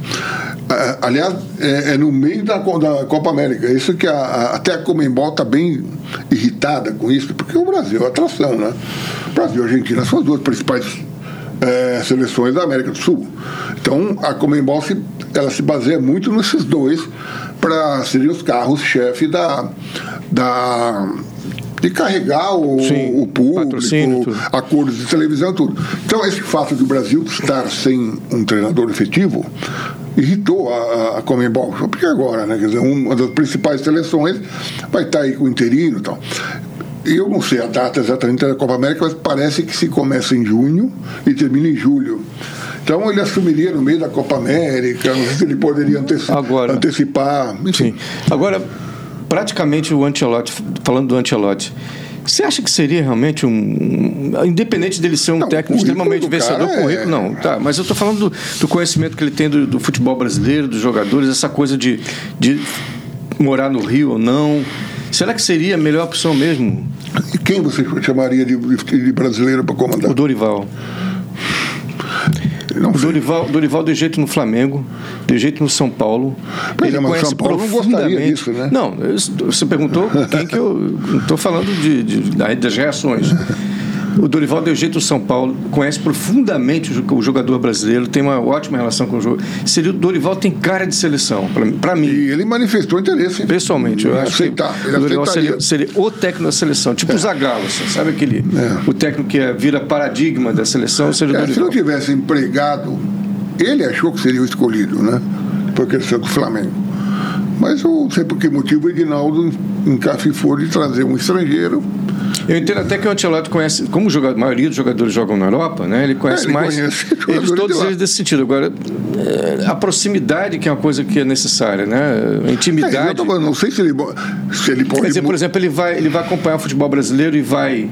Speaker 2: Ah, Aliás, é, é no meio da, Co- da Copa América. é Isso que a- a- até a Comembol está bem irritada com isso, porque o Brasil é atração, né? Brasil e Argentina são as duas principais eh, seleções da América do Sul. Então, a Comembol se, ela se baseia muito nesses dois para serem os carros-chefe da, da, de carregar o,
Speaker 1: Sim,
Speaker 2: o público,
Speaker 1: patrocínio, tudo.
Speaker 2: acordos de televisão tudo. Então, esse fato de o Brasil estar sem um treinador efetivo irritou a, a- a Comembol. Porque agora, né? Quer dizer, uma das principais seleções vai estar aí com o interino e tal. E Eu não sei a data exatamente da Copa América, mas parece que se começa em junho e termina em julho. Então ele assumiria no meio da Copa América, não sei se ele poderia anteci-
Speaker 1: Agora.
Speaker 2: antecipar. Enfim.
Speaker 1: Sim. Agora, praticamente o Ancelotti, falando do Ancelotti, você acha que seria realmente um. um- Independente dele ser um
Speaker 2: Não, o
Speaker 1: técnico
Speaker 2: currículo
Speaker 1: extremamente
Speaker 2: do
Speaker 1: vencedor,
Speaker 2: cara é-
Speaker 1: currículo, não. Tá, mas eu estou falando do, do conhecimento que ele tem do, do futebol brasileiro, dos jogadores, essa coisa de, de morar no Rio ou não. Será que seria a melhor opção mesmo?
Speaker 2: E quem você chamaria de, de brasileiro para comandar?
Speaker 1: O Dorival.
Speaker 2: Não
Speaker 1: O
Speaker 2: sei.
Speaker 1: Dorival, Dorival deu jeito no Flamengo, deu jeito no São Paulo.
Speaker 2: Pois é, mas o São Paulo não gostaria disso, né?
Speaker 1: Não, eu- você perguntou quem que eu. Estou falando de, de- da- das reações. O Dorival deu jeito no São Paulo, conhece profundamente o jo- o jogador brasileiro, tem uma ótima relação com o jogo. Seria o Dorival tem cara de seleção, para mim.
Speaker 2: E ele manifestou interesse. hein?
Speaker 1: Pessoalmente, eu
Speaker 2: Ele
Speaker 1: acho que
Speaker 2: aceitar, ele
Speaker 1: o Dorival
Speaker 2: aceitaria.
Speaker 1: seria, seria o técnico da seleção, tipo o Zagallo, assim, sabe aquele
Speaker 2: É.
Speaker 1: o técnico que é- vira paradigma da seleção, seria o
Speaker 2: É, se não
Speaker 1: Dorival.
Speaker 2: tivesse empregado, ele achou que seria o escolhido, né? Porque ele saiu do Flamengo. Mas eu não sei por que motivo o Edinaldo encafifou de trazer um estrangeiro.
Speaker 1: Eu entendo até que o Ancelotti conhece, como joga- a maioria dos jogadores jogam na Europa, né? Ele conhece
Speaker 2: É, ele
Speaker 1: mais.
Speaker 2: conhece
Speaker 1: eles
Speaker 2: jogadores
Speaker 1: todos
Speaker 2: de lá.
Speaker 1: eles desse sentido. Agora, é, a proximidade que é uma coisa que é necessária, né? A
Speaker 2: É, eu
Speaker 1: intimidade.
Speaker 2: tava- não sei se ele, bo- se ele pode.
Speaker 1: Quer dizer, por exemplo, ele vai, ele vai acompanhar o futebol brasileiro e vai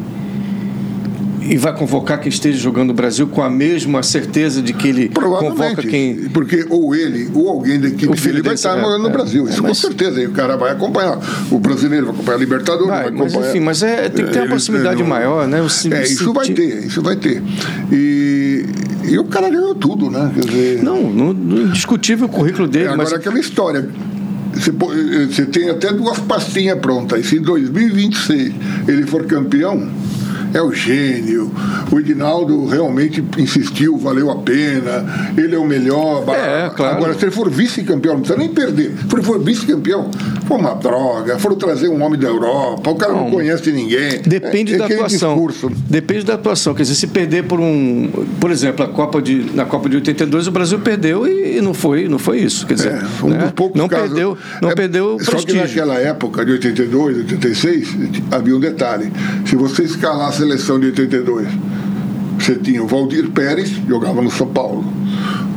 Speaker 1: e vai convocar quem esteja jogando no Brasil com a mesma certeza de que ele convoca
Speaker 2: Provavelmente,
Speaker 1: quem.
Speaker 2: porque ou ele ou alguém da equipe
Speaker 1: O filho
Speaker 2: dele vai
Speaker 1: dele,
Speaker 2: estar
Speaker 1: é,
Speaker 2: morando no
Speaker 1: é,
Speaker 2: Brasil, isso
Speaker 1: é, mas-
Speaker 2: com certeza, e o cara vai acompanhar. O brasileiro vai acompanhar a Libertadores, vai,
Speaker 1: Vai, mas
Speaker 2: acompanhar.
Speaker 1: enfim, mas é, tem que ter uma
Speaker 2: Ele-
Speaker 1: proximidade
Speaker 2: ele-
Speaker 1: maior, né? O se-
Speaker 2: É, isso vai
Speaker 1: sentir-
Speaker 2: ter, isso vai ter. E, e o cara ganhou tudo, né? Quer dizer,
Speaker 1: Não, não, não é indiscutível o currículo dele,
Speaker 2: É, agora
Speaker 1: mas
Speaker 2: aquela história. Você, pô- eh, você tem até duas pastinhas prontas. E se em 2026 ele for campeão, é o gênio. O Edinaldo realmente insistiu, valeu a pena, ele é o melhor.
Speaker 1: É, claro.
Speaker 2: Agora, se ele for vice-campeão, não precisa nem perder. Se ele for vice-campeão, foi uma droga, foram trazer um homem da Europa, o cara não,
Speaker 1: Não.
Speaker 2: conhece ninguém.
Speaker 1: Depende
Speaker 2: É- é
Speaker 1: da
Speaker 2: aquele
Speaker 1: atuação.
Speaker 2: Discurso.
Speaker 1: Depende da atuação. Quer dizer, se perder por um. Por exemplo, a Copa de, na Copa de 82, o Brasil perdeu e, e não, foi, não foi isso. Quer dizer,
Speaker 2: É, um
Speaker 1: né?
Speaker 2: dos poucos
Speaker 1: não
Speaker 2: casos.
Speaker 1: perdeu, não
Speaker 2: É,
Speaker 1: perdeu o
Speaker 2: Só que
Speaker 1: prestígio.
Speaker 2: naquela época, de 82, 86, havia um detalhe. Se você escalar a seleção de 82, você tinha o Valdir Pérez, jogava no São Paulo.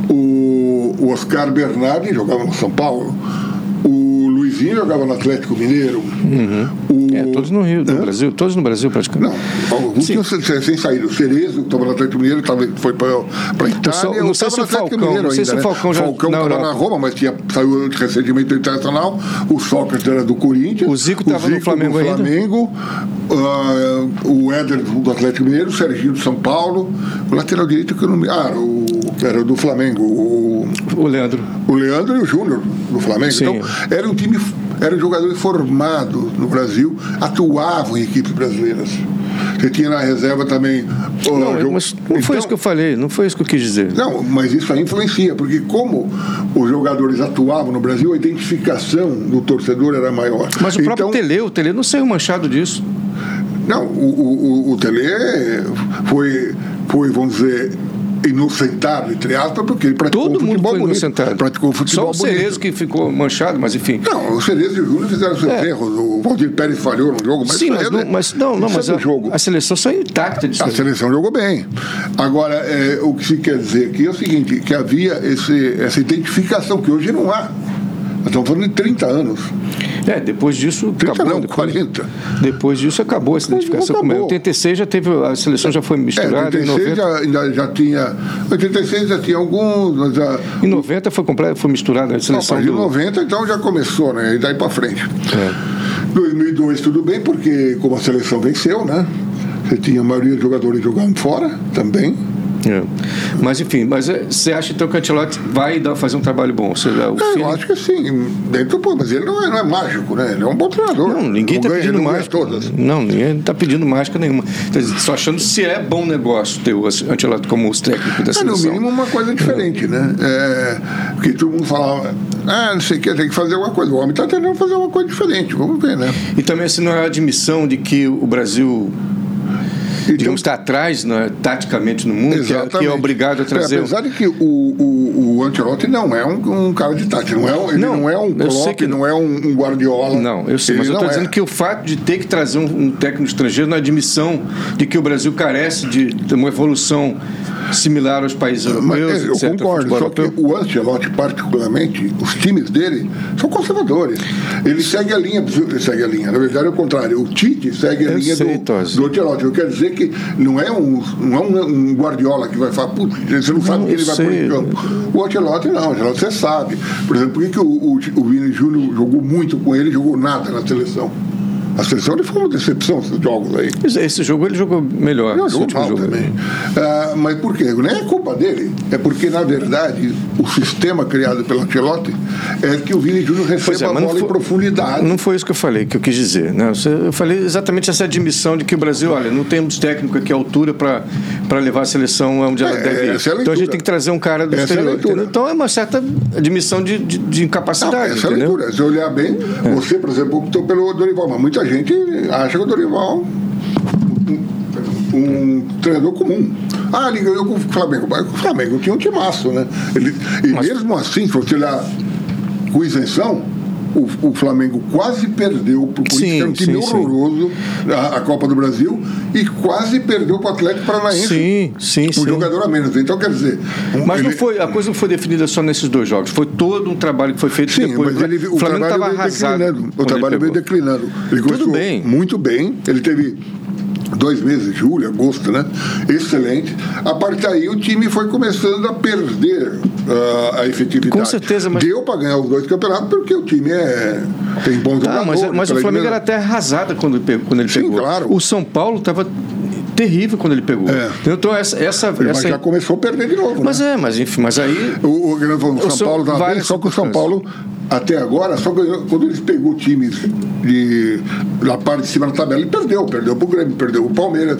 Speaker 2: O, o Oscar Bernardi jogava no São Paulo. O Luizinho jogava no Atlético Mineiro. O-
Speaker 1: É, todos no Rio, no
Speaker 2: Hã?
Speaker 1: Brasil, todos no Brasil praticamente.
Speaker 2: Não, alguns
Speaker 1: Sim.
Speaker 2: tinham se- se- sem saído. O Cerezo, que estava no Atlético Mineiro, tava, foi para a
Speaker 1: Só-
Speaker 2: Itália.
Speaker 1: não
Speaker 2: ou
Speaker 1: sei
Speaker 2: tava
Speaker 1: se
Speaker 2: no
Speaker 1: o
Speaker 2: Atlético
Speaker 1: Falcão,
Speaker 2: Mineiro
Speaker 1: não sei se
Speaker 2: ainda,
Speaker 1: o Falcão já-
Speaker 2: né? Falcão
Speaker 1: na
Speaker 2: estava
Speaker 1: Europa.
Speaker 2: na Roma, mas tinha, saiu recentemente do Internacional. O Sócrates era do Corinthians.
Speaker 1: O Zico tava no
Speaker 2: Zico
Speaker 1: Flamengo ainda?
Speaker 2: Flamengo, ah, o Éder do Atlético Mineiro, o Serginho do São Paulo. O lateral direito que eu não me... Ah, o, era do Flamengo. O,
Speaker 1: O Leandro.
Speaker 2: o Leandro e o Júnior do Flamengo.
Speaker 1: Sim.
Speaker 2: Então, era um time, eram jogadores formados no Brasil, atuavam em equipes brasileiras. Você tinha na reserva também. ó,
Speaker 1: Não,
Speaker 2: jo-
Speaker 1: mas não foi
Speaker 2: Então,
Speaker 1: isso que eu falei, não foi isso que eu quis dizer.
Speaker 2: não, mas isso aí influencia, porque como os jogadores atuavam no Brasil, a identificação do torcedor era maior.
Speaker 1: Mas o próprio
Speaker 2: Então,
Speaker 1: Tele, o Tele não saiu manchado disso.
Speaker 2: Não, o, o, o- o Tele foi, foi, vamos dizer, inocentado, entre aspas, porque ele praticou
Speaker 1: Todo
Speaker 2: um
Speaker 1: mundo
Speaker 2: futebol
Speaker 1: foi
Speaker 2: bonito.
Speaker 1: inocentado.
Speaker 2: Praticou um
Speaker 1: Só
Speaker 2: futebol
Speaker 1: o Cerezo
Speaker 2: bonito.
Speaker 1: que ficou manchado, mas enfim.
Speaker 2: Não, o Cerezo e o Júnior fizeram seus erros. O Valdir Pérez falhou no jogo, mas
Speaker 1: É. Sim,
Speaker 2: isso
Speaker 1: mas
Speaker 2: é-
Speaker 1: não, mas não, não,
Speaker 2: isso
Speaker 1: mas
Speaker 2: é
Speaker 1: a,
Speaker 2: do jogo. Ah,
Speaker 1: a seleção saiu intacta disso.
Speaker 2: A
Speaker 1: aí.
Speaker 2: seleção jogou bem. Agora, é, o que se quer dizer aqui é o seguinte, que havia esse, essa identificação, que hoje não há. Nós estamos falando de 30 anos.
Speaker 1: É, depois disso
Speaker 2: 30
Speaker 1: acabou.
Speaker 2: não,
Speaker 1: depois,
Speaker 2: 40.
Speaker 1: depois disso acabou essa identificação com o Em
Speaker 2: acabou.
Speaker 1: 86 já teve, a seleção já foi
Speaker 2: É,
Speaker 1: misturada, em 90,
Speaker 2: 86 já, ainda já tinha. 86 já tinha alguns, mas já.
Speaker 1: em 90 foi, completa, foi misturada a
Speaker 2: Não, a
Speaker 1: seleção
Speaker 2: partir de
Speaker 1: do...
Speaker 2: 90 então já começou, né? E daí pra frente.
Speaker 1: É.
Speaker 2: 2002 tudo bem, porque como a seleção venceu, né? Você tinha a maioria dos jogadores jogando fora também.
Speaker 1: É. Mas enfim, mas é, você acha então que o Ancelotti vai dar, fazer um trabalho bom? Ou seja, o
Speaker 2: É,
Speaker 1: feeling-
Speaker 2: eu acho que sim, dentro do público, mas ele não é, não é mágico, né? Ele é um bom treinador.
Speaker 1: Não, ninguém
Speaker 2: está
Speaker 1: está pedindo
Speaker 2: não ganha
Speaker 1: mágica.
Speaker 2: todas.
Speaker 1: Não, ninguém está pedindo mágica nenhuma. Quer dizer, Só achando se é bom negócio ter o Ancelotti como os técnicos da
Speaker 2: É, no
Speaker 1: seleção.
Speaker 2: mínimo, uma coisa diferente, né? É, porque todo mundo falava, ah, não sei o que, tem que fazer alguma coisa. O homem está tentando fazer uma coisa diferente, vamos ver, né?
Speaker 1: E também se não é a admissão de que o Brasil
Speaker 2: Então,
Speaker 1: digamos, está atrás né, taticamente no mundo, que é, que é obrigado a trazer.
Speaker 2: É, apesar de que o, o, o Ancelotti não é um, um cara de tática, não é um, ele
Speaker 1: Não,
Speaker 2: não, é um
Speaker 1: eu sei
Speaker 2: Klopp,
Speaker 1: que
Speaker 2: não é um, um Guardiola.
Speaker 1: Não, eu sei,
Speaker 2: Ele
Speaker 1: mas eu
Speaker 2: não
Speaker 1: estou
Speaker 2: é.
Speaker 1: dizendo que o fato de ter que trazer um, um técnico estrangeiro na admissão de que o Brasil carece de, de uma evolução similar aos países
Speaker 2: Mas,
Speaker 1: europeus,
Speaker 2: é, eu
Speaker 1: etc.
Speaker 2: concordo,
Speaker 1: futebol
Speaker 2: só que
Speaker 1: europeu.
Speaker 2: o Ancelotti, particularmente, os times dele são conservadores. Ele segue a linha, ele segue a linha. Na verdade, é o contrário. O Tite segue a
Speaker 1: Eu
Speaker 2: linha
Speaker 1: sei,
Speaker 2: do,
Speaker 1: Tosi.
Speaker 2: do Ancelotti. Eu quero dizer que não é um, não é um, um Guardiola que vai falar, putz, você não sabe o que
Speaker 1: eu
Speaker 2: ele vai
Speaker 1: sei.
Speaker 2: pôr em campo. O Ancelotti não, o Ancelotti você sabe. Por exemplo, por que, que o, o, o Vini Júnior jogou muito com ele e jogou nada na seleção? A seleção ele foi uma decepção, esses jogos aí.
Speaker 1: Esse jogo ele jogou melhor.
Speaker 2: Não,
Speaker 1: esse
Speaker 2: jogou
Speaker 1: último
Speaker 2: mal
Speaker 1: jogo.
Speaker 2: também. Ah, mas por quê? Não é culpa dele. É porque, na verdade, o sistema criado pelo Ancelotti é que o Vini Júnior
Speaker 1: Pois é,
Speaker 2: receba a
Speaker 1: mas não
Speaker 2: bola em
Speaker 1: foi-
Speaker 2: profundidade.
Speaker 1: Ah, Não foi isso que eu falei, que eu quis dizer. Né? Você- Eu falei exatamente essa admissão de que o Brasil, olha, não temos técnico aqui à altura para levar a seleção onde ela
Speaker 2: É,
Speaker 1: deve ir.
Speaker 2: essa é
Speaker 1: então
Speaker 2: a
Speaker 1: a gente
Speaker 2: leitura.
Speaker 1: tem que trazer um cara do
Speaker 2: Essa é a
Speaker 1: exterior.
Speaker 2: leitura.
Speaker 1: entendeu? então é uma certa admissão de, de, de
Speaker 2: Não,
Speaker 1: incapacidade.
Speaker 2: essa
Speaker 1: entendeu?
Speaker 2: é a
Speaker 1: É.
Speaker 2: leitura. Se eu olhar bem, você, por exemplo, optou pelo Dorival, mas muita gente acha que o Dorival um, um treinador comum. Ah, ele ganhou com o Flamengo. Mas o Flamengo tinha um timaço, né? Ele, e mesmo assim, se você olhar com isenção, o, o Flamengo quase perdeu para o Corinthians,
Speaker 1: Sim,
Speaker 2: que era um
Speaker 1: sim,
Speaker 2: time
Speaker 1: sim.
Speaker 2: horroroso, a, a Copa do Brasil, e quase perdeu para o Atlético Paranaense.
Speaker 1: Sim, sim,
Speaker 2: um
Speaker 1: sim.
Speaker 2: jogador a menos. Então, quer dizer. um-
Speaker 1: Mas não
Speaker 2: ele-
Speaker 1: foi, a coisa não foi definida só nesses dois jogos. Foi todo um trabalho que foi feito
Speaker 2: Sim,
Speaker 1: depois.
Speaker 2: mas ele,
Speaker 1: o
Speaker 2: o
Speaker 1: Flamengo estava
Speaker 2: trabalho veio
Speaker 1: arrasado.
Speaker 2: declinando. O
Speaker 1: quando
Speaker 2: trabalho
Speaker 1: ele
Speaker 2: veio
Speaker 1: pegou.
Speaker 2: declinando. Ele
Speaker 1: Tudo
Speaker 2: começou
Speaker 1: bem.
Speaker 2: muito bem. Ele teve dois meses, julho, agosto, né? Excelente. A partir daí o time foi começando a perder ah, a efetividade.
Speaker 1: Com certeza, mas-
Speaker 2: Deu para ganhar os dois campeonatos porque o time é tem bons
Speaker 1: Ah,
Speaker 2: jogadores.
Speaker 1: mas, mas o
Speaker 2: pela
Speaker 1: Flamengo
Speaker 2: mesma-
Speaker 1: era até arrasado quando ele pegou. Quando ele
Speaker 2: né? Sim,
Speaker 1: pegou.
Speaker 2: claro.
Speaker 1: O São Paulo estava terrível quando ele pegou.
Speaker 2: É.
Speaker 1: Entendeu? Então essa, essa,
Speaker 2: Mas
Speaker 1: essa
Speaker 2: já começou a perder de novo.
Speaker 1: Mas
Speaker 2: né?
Speaker 1: é, mas enfim, mas aí.
Speaker 2: O, o, o São
Speaker 1: são
Speaker 2: Paulo estava bem,
Speaker 1: várias
Speaker 2: só que o São
Speaker 1: circunstâncias.
Speaker 2: Paulo até agora, só ganhou quando eles pegou times de, na parte de cima da tabela. Ele perdeu, perdeu pro Grêmio, perdeu o Palmeiras,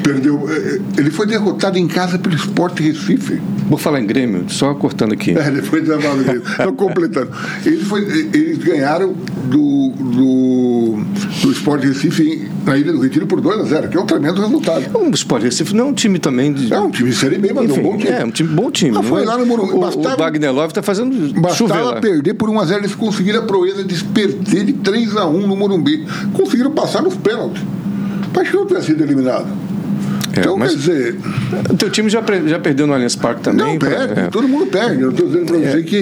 Speaker 2: perdeu. eh, Ele foi derrotado em casa pelo Sport Recife.
Speaker 1: Vou falar em Grêmio, só cortando aqui.
Speaker 2: É, depois da Madrid. Estou completando. Eles, foi- eh, eles ganharam do, do, do Sport Recife em- na Ilha do Retiro por 2 a 0 que é um tremendo resultado.
Speaker 1: O Sport Recife não é um time também de.
Speaker 2: É um time de Série B, mas é
Speaker 1: Enfim,
Speaker 2: um bom time.
Speaker 1: É, um time, bom time.
Speaker 2: Ah, foi
Speaker 1: não é?
Speaker 2: lá no Morumbi.
Speaker 1: O,
Speaker 2: Bastava-
Speaker 1: o Wagner Love está fazendo chover
Speaker 2: Bastava
Speaker 1: lá.
Speaker 2: perder por 1 a 0 eles conseguiram a proeza de perder de 3 a 1 no Morumbi. Conseguiram passar nos pênaltis. Mas que não tenha sido eliminado.
Speaker 1: É,
Speaker 2: então,
Speaker 1: mas-
Speaker 2: quer dizer,
Speaker 1: O teu time já, pre- já perdeu no Allianz Parque também.
Speaker 2: não
Speaker 1: pra-
Speaker 2: perde,
Speaker 1: é.
Speaker 2: todo mundo perde. Eu estou dizendo para você que.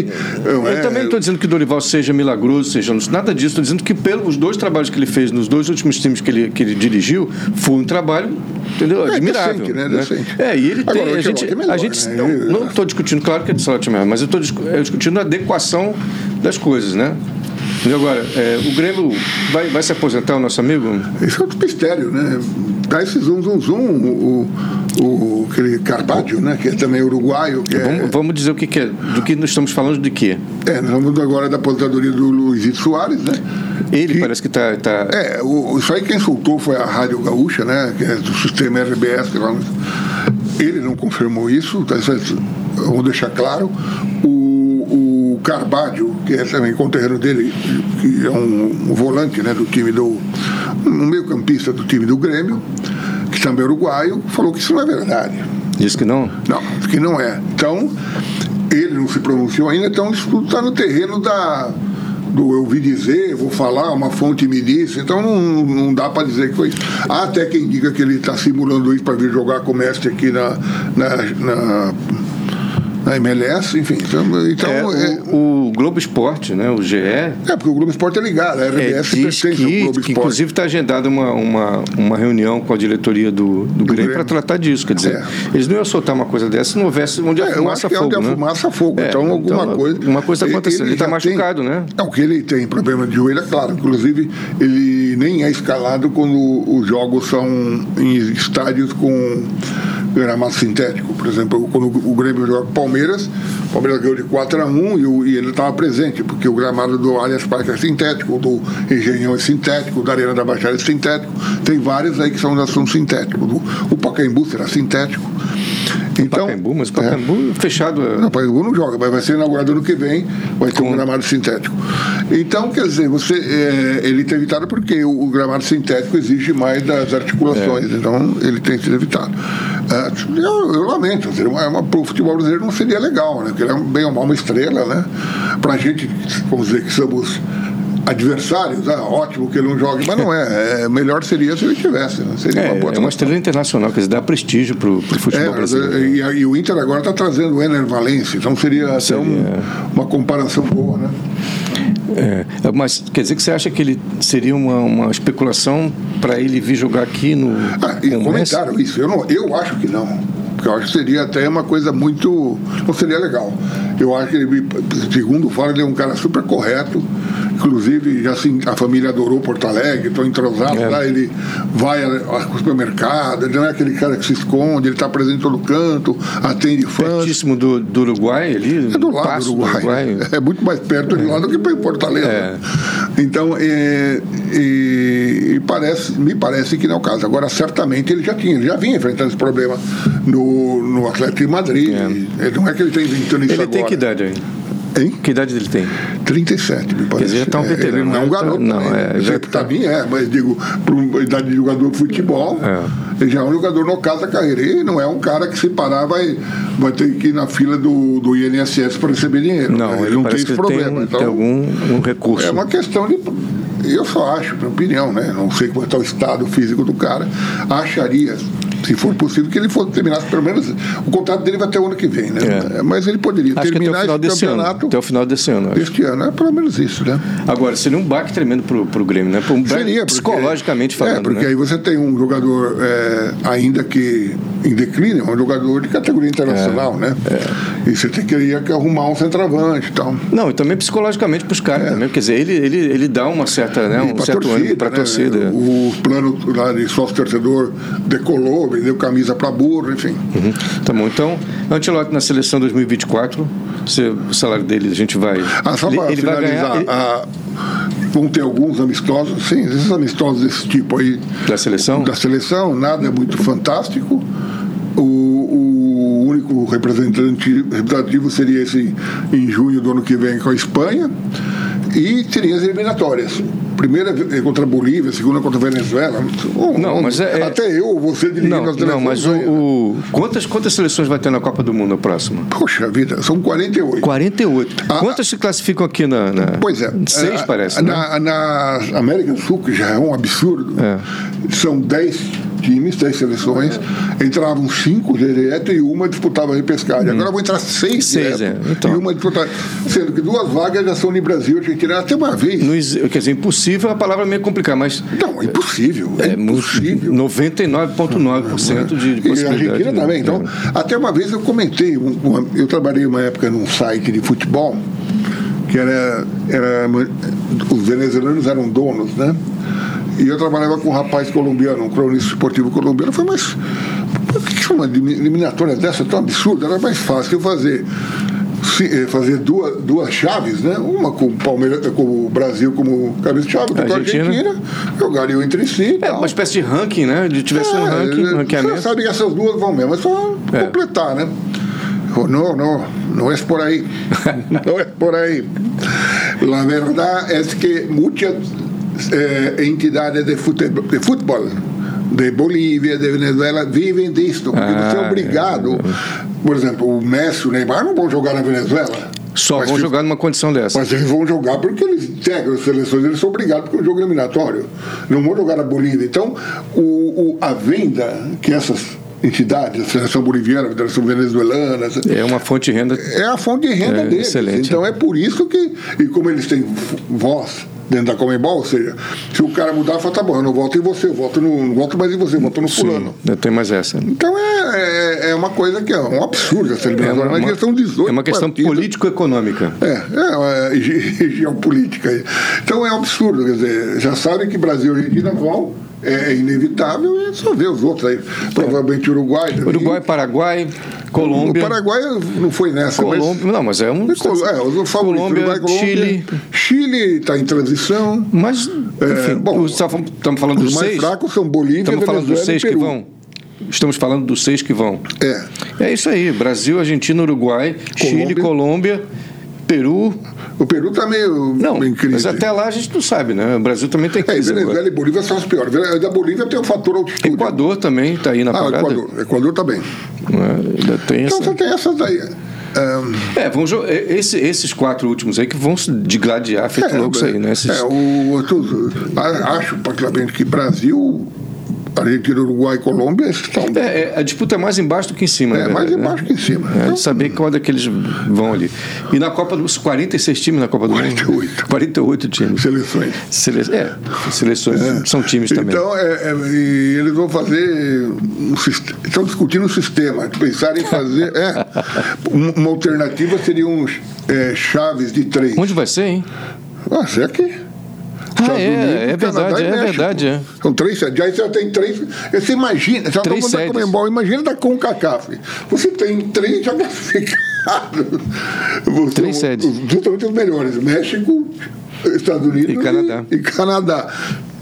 Speaker 2: é,
Speaker 1: Eu também não estou dizendo que o Dorival seja milagroso, seja nada disso. Estou dizendo que pelos dois trabalhos que ele fez nos dois últimos times que ele, que ele dirigiu, foi um trabalho entendeu?
Speaker 2: É,
Speaker 1: admirável.
Speaker 2: decente, né? Decente.
Speaker 1: É, e ele
Speaker 2: Agora,
Speaker 1: tem.
Speaker 2: o
Speaker 1: a
Speaker 2: Ancelotti
Speaker 1: gente,
Speaker 2: é melhor,
Speaker 1: a gente-
Speaker 2: né?
Speaker 1: não-
Speaker 2: Ele-
Speaker 1: Não estou discutindo, claro que é de Salate melhor, mas eu estou discutindo a adequação das coisas, né? E agora, é, o Grêmio vai, vai se aposentar, o nosso amigo?
Speaker 2: Isso é outro mistério, né? Dá esse zum, zum, zum, o, o, o- aquele Carpaccio, né? Que é também uruguaio, que é...
Speaker 1: Vamos, vamos dizer o que, que é. Do que nós estamos falando de quê?
Speaker 2: É, nós vamos agora da aposentadoria do Luizito Soares, né?
Speaker 1: Ele
Speaker 2: Que-
Speaker 1: parece que está. Tá,
Speaker 2: É, o, isso aí quem soltou foi a Rádio Gaúcha, né? Que é do sistema RBS. que lá no- Ele não confirmou isso, tá certo? Vamos deixar claro. O, o Carbadio, que é também conterrâneo dele, que é um, um volante né, do time do. um meio-campista do time do Grêmio, que também é uruguaio, falou que isso não é verdade.
Speaker 1: Diz que não?
Speaker 2: Não, diz que não é. Então, ele não se pronunciou ainda, então isso tudo está no terreno da, do eu ouvi dizer, vou falar, uma fonte me disse, então não, não dá para dizer que foi isso. Há até quem diga que ele está simulando isso para vir jogar com o mestre aqui na. na, na na MLS, enfim. Então, então
Speaker 1: É,
Speaker 2: é,
Speaker 1: o, o Globo Esporte, né, o GE,
Speaker 2: é porque o Globo Esporte é ligado, a
Speaker 1: É,
Speaker 2: RBS
Speaker 1: diz
Speaker 2: pertence ao
Speaker 1: que,
Speaker 2: Globo
Speaker 1: que
Speaker 2: Esporte.
Speaker 1: inclusive está agendada uma, uma, uma reunião com a diretoria do, do, Grêmio
Speaker 2: Grêmio.
Speaker 1: para tratar disso. Quer dizer,
Speaker 2: É.
Speaker 1: eles não iam soltar uma coisa dessa se não houvesse onde a
Speaker 2: É, eu
Speaker 1: fumaça
Speaker 2: acho que é
Speaker 1: fogo.
Speaker 2: onde a
Speaker 1: né?
Speaker 2: fumaça fogo.
Speaker 1: É,
Speaker 2: então, alguma coisa.
Speaker 1: Uma coisa está acontecendo. Ele está
Speaker 2: já
Speaker 1: machucado,
Speaker 2: tem-
Speaker 1: né?
Speaker 2: Não, que ele tem problema de joelho, é claro. Inclusive, ele nem é escalado quando os jogos são em estádios com gramado sintético. Por exemplo, quando o Grêmio joga com o Palmeiras, o Palmeiras ganhou de 4 a 1 e, o- e ele estava presente, porque o gramado do Allianz Parque é sintético, do Engenhão é sintético, da Arena da Baixada é sintético. Tem vários aí que são, são sintéticos. O, o Pacaembu será sintético. Então,
Speaker 1: Pacaembu, mas o
Speaker 2: é.
Speaker 1: Pacaembu fechado. é-
Speaker 2: Não, o Pacaembu não joga, mas vai ser inaugurado ano que vem, vai ter um gramado sintético. Então, quer dizer, você, é, ele tem evitado porque o, o gramado sintético exige mais das articulações,
Speaker 1: É.
Speaker 2: então ele tem sido evitado. Ah, eu, eu lamento, para o futebol brasileiro não seria legal, né? Porque ele é um- bem ou mal uma estrela, né? Para a gente, vamos dizer que somos adversários, ah, ótimo que ele não jogue, mas não é. É, melhor seria se ele tivesse, né? Seria
Speaker 1: É,
Speaker 2: uma boa
Speaker 1: é uma estrela internacional, quer dizer, dá prestígio para o futebol
Speaker 2: é,
Speaker 1: brasileiro. né?
Speaker 2: e, a- e o Inter agora está trazendo o Ener Valencia, então seria até um-
Speaker 1: Seria.
Speaker 2: uma comparação boa, né?
Speaker 1: É, mas quer dizer que você acha que ele seria uma, uma especulação para ele vir jogar aqui no.
Speaker 2: Ah, e
Speaker 1: com o Messi?
Speaker 2: comentaram isso, eu, não, eu acho que não. Porque eu acho que seria até uma coisa muito. não seria legal. Eu acho que ele, segundo fala, ele é um cara super correto. Inclusive, já se- a família adorou Porto Alegre, estão entrosados
Speaker 1: É.
Speaker 2: lá, ele vai a- ao supermercado, ele não é aquele cara que se esconde, ele está presente em todo canto, atende fãs.
Speaker 1: Pertíssimo do, do Uruguai ali. um
Speaker 2: É do lado
Speaker 1: passo
Speaker 2: do Uruguai. É muito mais perto de lá do que para Fortaleza.
Speaker 1: É.
Speaker 2: Então, é, e, e parece, me parece que não é o caso. Agora, certamente ele já tinha, ele já vinha enfrentando esse problema no, no Atlético de Madrid. Ele- não é que ele está inventando isso
Speaker 1: Ele
Speaker 2: agora.
Speaker 1: tem que idade aí?
Speaker 2: Hein?
Speaker 1: Que idade ele tem?
Speaker 2: 37, me parece.
Speaker 1: dizer, já tá um
Speaker 2: É, ele
Speaker 1: veterano,
Speaker 2: não é
Speaker 1: né?
Speaker 2: um garoto.
Speaker 1: Não,
Speaker 2: também,
Speaker 1: é,
Speaker 2: né?
Speaker 1: já
Speaker 2: Dizer,
Speaker 1: tá-
Speaker 2: pra mim é, mas digo, para uma idade de jogador de futebol,
Speaker 1: É.
Speaker 2: ele já é um jogador no caso da carreira. E não é um cara que se parar vai, vai ter que ir na fila do, do INSS para receber dinheiro. né?
Speaker 1: Não, ele,
Speaker 2: não tem
Speaker 1: parece
Speaker 2: esse
Speaker 1: que
Speaker 2: problema.
Speaker 1: tem,
Speaker 2: então,
Speaker 1: tem algum um recurso.
Speaker 2: é uma questão de. Eu só acho, minha opinião, né? Não sei como está o estado físico do cara. Acharia, se for possível, que ele fosse terminasse pelo menos. O contrato dele vai até o ano que vem, né?
Speaker 1: É.
Speaker 2: Mas ele poderia
Speaker 1: Acho que até o
Speaker 2: terminar
Speaker 1: final
Speaker 2: esse
Speaker 1: desse ano.
Speaker 2: campeonato
Speaker 1: Até o final desse ano, acho.
Speaker 2: este ano. É pelo menos isso, né?
Speaker 1: Agora, seria um baque tremendo pro, pro Grêmio, né? Pro- Um baque
Speaker 2: Seria, porque-
Speaker 1: psicologicamente falando.
Speaker 2: É, porque
Speaker 1: né?
Speaker 2: aí você tem um jogador, é, ainda que em declínio, um jogador de categoria internacional,
Speaker 1: É,
Speaker 2: né? E você teria que arrumar um centroavante e tal.
Speaker 1: Não, e também psicologicamente pros caras também. Quer dizer, ele, ele, ele dá uma certa, né,
Speaker 2: É. E
Speaker 1: um
Speaker 2: pra
Speaker 1: certo ânimo para a
Speaker 2: né?
Speaker 1: torcida.
Speaker 2: O plano lá de sócio-torcedor decolou,
Speaker 1: Uhum.
Speaker 2: vendeu camisa para burro, enfim.
Speaker 1: Tá bom. Então, Antelote na seleção 2024. Você, o salário dele, a gente vai.
Speaker 2: Ah, só para finalizar,
Speaker 1: ele-
Speaker 2: ah, vão ter alguns amistosos, sim, esses amistosos desse tipo aí.
Speaker 1: Da seleção?
Speaker 2: Da seleção, nada é muito fantástico. O, o único representante representativo seria esse em junho do ano que vem com a Espanha. E teria as eliminatórias. Primeira é contra a Bolívia, segunda contra a Venezuela. Um-
Speaker 1: Não,
Speaker 2: um-
Speaker 1: mas é- é-
Speaker 2: Até eu, você dirigindo
Speaker 1: Não,
Speaker 2: a seleção.
Speaker 1: não, mas o,
Speaker 2: ganha.
Speaker 1: o- quantas, quantas seleções vai ter na Copa do Mundo a próxima?
Speaker 2: Poxa vida, são 48.
Speaker 1: 48.
Speaker 2: Ah,
Speaker 1: quantas se classificam aqui na. na...
Speaker 2: Pois é.
Speaker 1: Seis,
Speaker 2: Ah,
Speaker 1: parece. né?
Speaker 2: Na, na América do Sul, que já é um absurdo,
Speaker 1: É.
Speaker 2: são dez times, dez seleções, entravam cinco direto e uma disputava a repescagem. Agora vão entrar seis,
Speaker 1: Uhum. Seis,
Speaker 2: direto
Speaker 1: é. Então.
Speaker 2: e uma disputada. Sendo que duas vagas já são de Brasil, Argentina, até uma vez.
Speaker 1: Não exi- quer dizer, impossível é uma palavra meio complicada, mas.
Speaker 2: Não, é impossível. É,
Speaker 1: É muito-
Speaker 2: impossível.
Speaker 1: 99,9% de, de
Speaker 2: E a
Speaker 1: possibilidade.
Speaker 2: Argentina
Speaker 1: né?
Speaker 2: também. Então, até uma vez eu comentei, um- uma- eu trabalhei uma época num site de futebol, que era, era. Os venezuelanos eram donos, né? E eu trabalhava com um rapaz colombiano, um cronista esportivo colombiano. Eu falei, mas por que que uma elimi- eliminatória dessa tão absurda? Era mais fácil eu fazer. se- eh, fazer duas, duas chaves, né? Uma com o Palmeiras, com o Brasil como cabeça de chave, outra com a
Speaker 1: Argentina.
Speaker 2: Argentina, jogariam entre si. e
Speaker 1: É
Speaker 2: tal.
Speaker 1: uma espécie de ranking, né? Ele tivesse um
Speaker 2: É,
Speaker 1: ranking, um ranqueamento.
Speaker 2: Você sabe que essas duas vão mesmo, é só
Speaker 1: É.
Speaker 2: completar, né? Falou, Não, não, não é por aí. não é por aí. La verdad es que muchas eh, entidades de futebol, de fútbol, de Bolívia, de Venezuela, vivem disto. Porque
Speaker 1: Ah,
Speaker 2: você é obrigado. Por exemplo, o Messi, o Neymar não vão jogar na Venezuela.
Speaker 1: Só
Speaker 2: Mas
Speaker 1: vão
Speaker 2: se-
Speaker 1: jogar numa condição dessa.
Speaker 2: mas eles vão jogar porque eles integram as seleções, eles são obrigados porque é um jogo eliminatório. Não vão jogar na Bolívia. Então, o, o- a venda que essas entidades, a Seleção Boliviana, a Federação Venezuelana, essa-
Speaker 1: É uma fonte de renda.
Speaker 2: é a fonte de renda
Speaker 1: É,
Speaker 2: deles.
Speaker 1: excelente.
Speaker 2: Então é por isso que, e como eles têm voz dentro da Comembol, ou seja, se o cara mudar, fala, tá bom, eu não voto em você, eu voto no, não voto mais em você, eu voto no fulano.
Speaker 1: Não né, tem mais essa.
Speaker 2: Então é, é, é uma coisa que é um absurdo essa
Speaker 1: É
Speaker 2: eliminatória.
Speaker 1: uma,
Speaker 2: mas eles são 18
Speaker 1: é uma questão
Speaker 2: partidas.
Speaker 1: político-econômica.
Speaker 2: É, é, é ge- geopolítica. aí. Então é um absurdo, quer dizer, já sabem que Brasil e Argentina vão, é inevitável, é só ver os outros aí. Provavelmente Uruguai. também.
Speaker 1: Uruguai, Paraguai,
Speaker 2: O
Speaker 1: Colômbia.
Speaker 2: Paraguai não foi nessa,
Speaker 1: Colômbia. Não, mas é um.
Speaker 2: mas. Col- É, os favoritos,
Speaker 1: Colômbia,
Speaker 2: Uruguai, Colômbia.
Speaker 1: Chile.
Speaker 2: Chile está em transição.
Speaker 1: Mas,
Speaker 2: É,
Speaker 1: enfim,
Speaker 2: bom,
Speaker 1: os- estamos falando
Speaker 2: Os
Speaker 1: dos
Speaker 2: mais
Speaker 1: seis.
Speaker 2: fracos são Bolívia,
Speaker 1: Estamos falando
Speaker 2: Venezuela
Speaker 1: dos seis
Speaker 2: e
Speaker 1: que
Speaker 2: Peru.
Speaker 1: vão. Estamos falando dos seis que vão.
Speaker 2: É.
Speaker 1: É isso aí. Brasil, Argentina, Uruguai, Chile, Colômbia, Peru.
Speaker 2: O Peru está meio
Speaker 1: Não,
Speaker 2: em crise.
Speaker 1: mas até lá a gente não sabe, né? O Brasil também tem
Speaker 2: É, e
Speaker 1: crise. agora.
Speaker 2: Venezuela e Bolívia são as piores. Vene- Da Bolívia tem o fator altitude.
Speaker 1: Equador também está aí na
Speaker 2: Ah,
Speaker 1: parada.
Speaker 2: Equador. Equador também.
Speaker 1: É, ainda tem
Speaker 2: Então
Speaker 1: essa.
Speaker 2: só tem essas daí. Ahn,
Speaker 1: É, vamos, jo- é, esse- esses quatro últimos aí que vão se digladiar feito louco isso aí, né? Esses-
Speaker 2: É, o, tu- a- acho particularmente que Brasil, Argentina, Uruguai e Colômbia estão
Speaker 1: É, é, a disputa é mais embaixo do que em cima,
Speaker 2: é,
Speaker 1: na
Speaker 2: mais
Speaker 1: verdade, né?
Speaker 2: embaixo que em cima.
Speaker 1: É,
Speaker 2: Então,
Speaker 1: de saber qual daqueles vão ali. E na Copa do Mundo, 46 times na Copa do
Speaker 2: 48.
Speaker 1: Mundo. 48 times.
Speaker 2: seleções.
Speaker 1: Sele... É, seleções são times também.
Speaker 2: Então, é- é, e eles vão fazer. um sist- estão discutindo um sistema. Pensaram em fazer. é, um- uma alternativa seria um é, chaves de três.
Speaker 1: Onde vai ser, hein?
Speaker 2: Ah, será que. Estados
Speaker 1: é,
Speaker 2: Unidos,
Speaker 1: é
Speaker 2: Canadá
Speaker 1: verdade,
Speaker 2: e
Speaker 1: é
Speaker 2: México.
Speaker 1: verdade, é.
Speaker 2: São três sedes. Aí você tem três. Aí Você imagina, já
Speaker 1: Três
Speaker 2: estamos da
Speaker 1: sedes.
Speaker 2: Comembol, imagina da CONCACAF. Você tem três já classificados. Você-
Speaker 1: Três
Speaker 2: os-
Speaker 1: sedes.
Speaker 2: os- Justamente os melhores: México, Estados Unidos
Speaker 1: E Canadá.
Speaker 2: E, Canadá.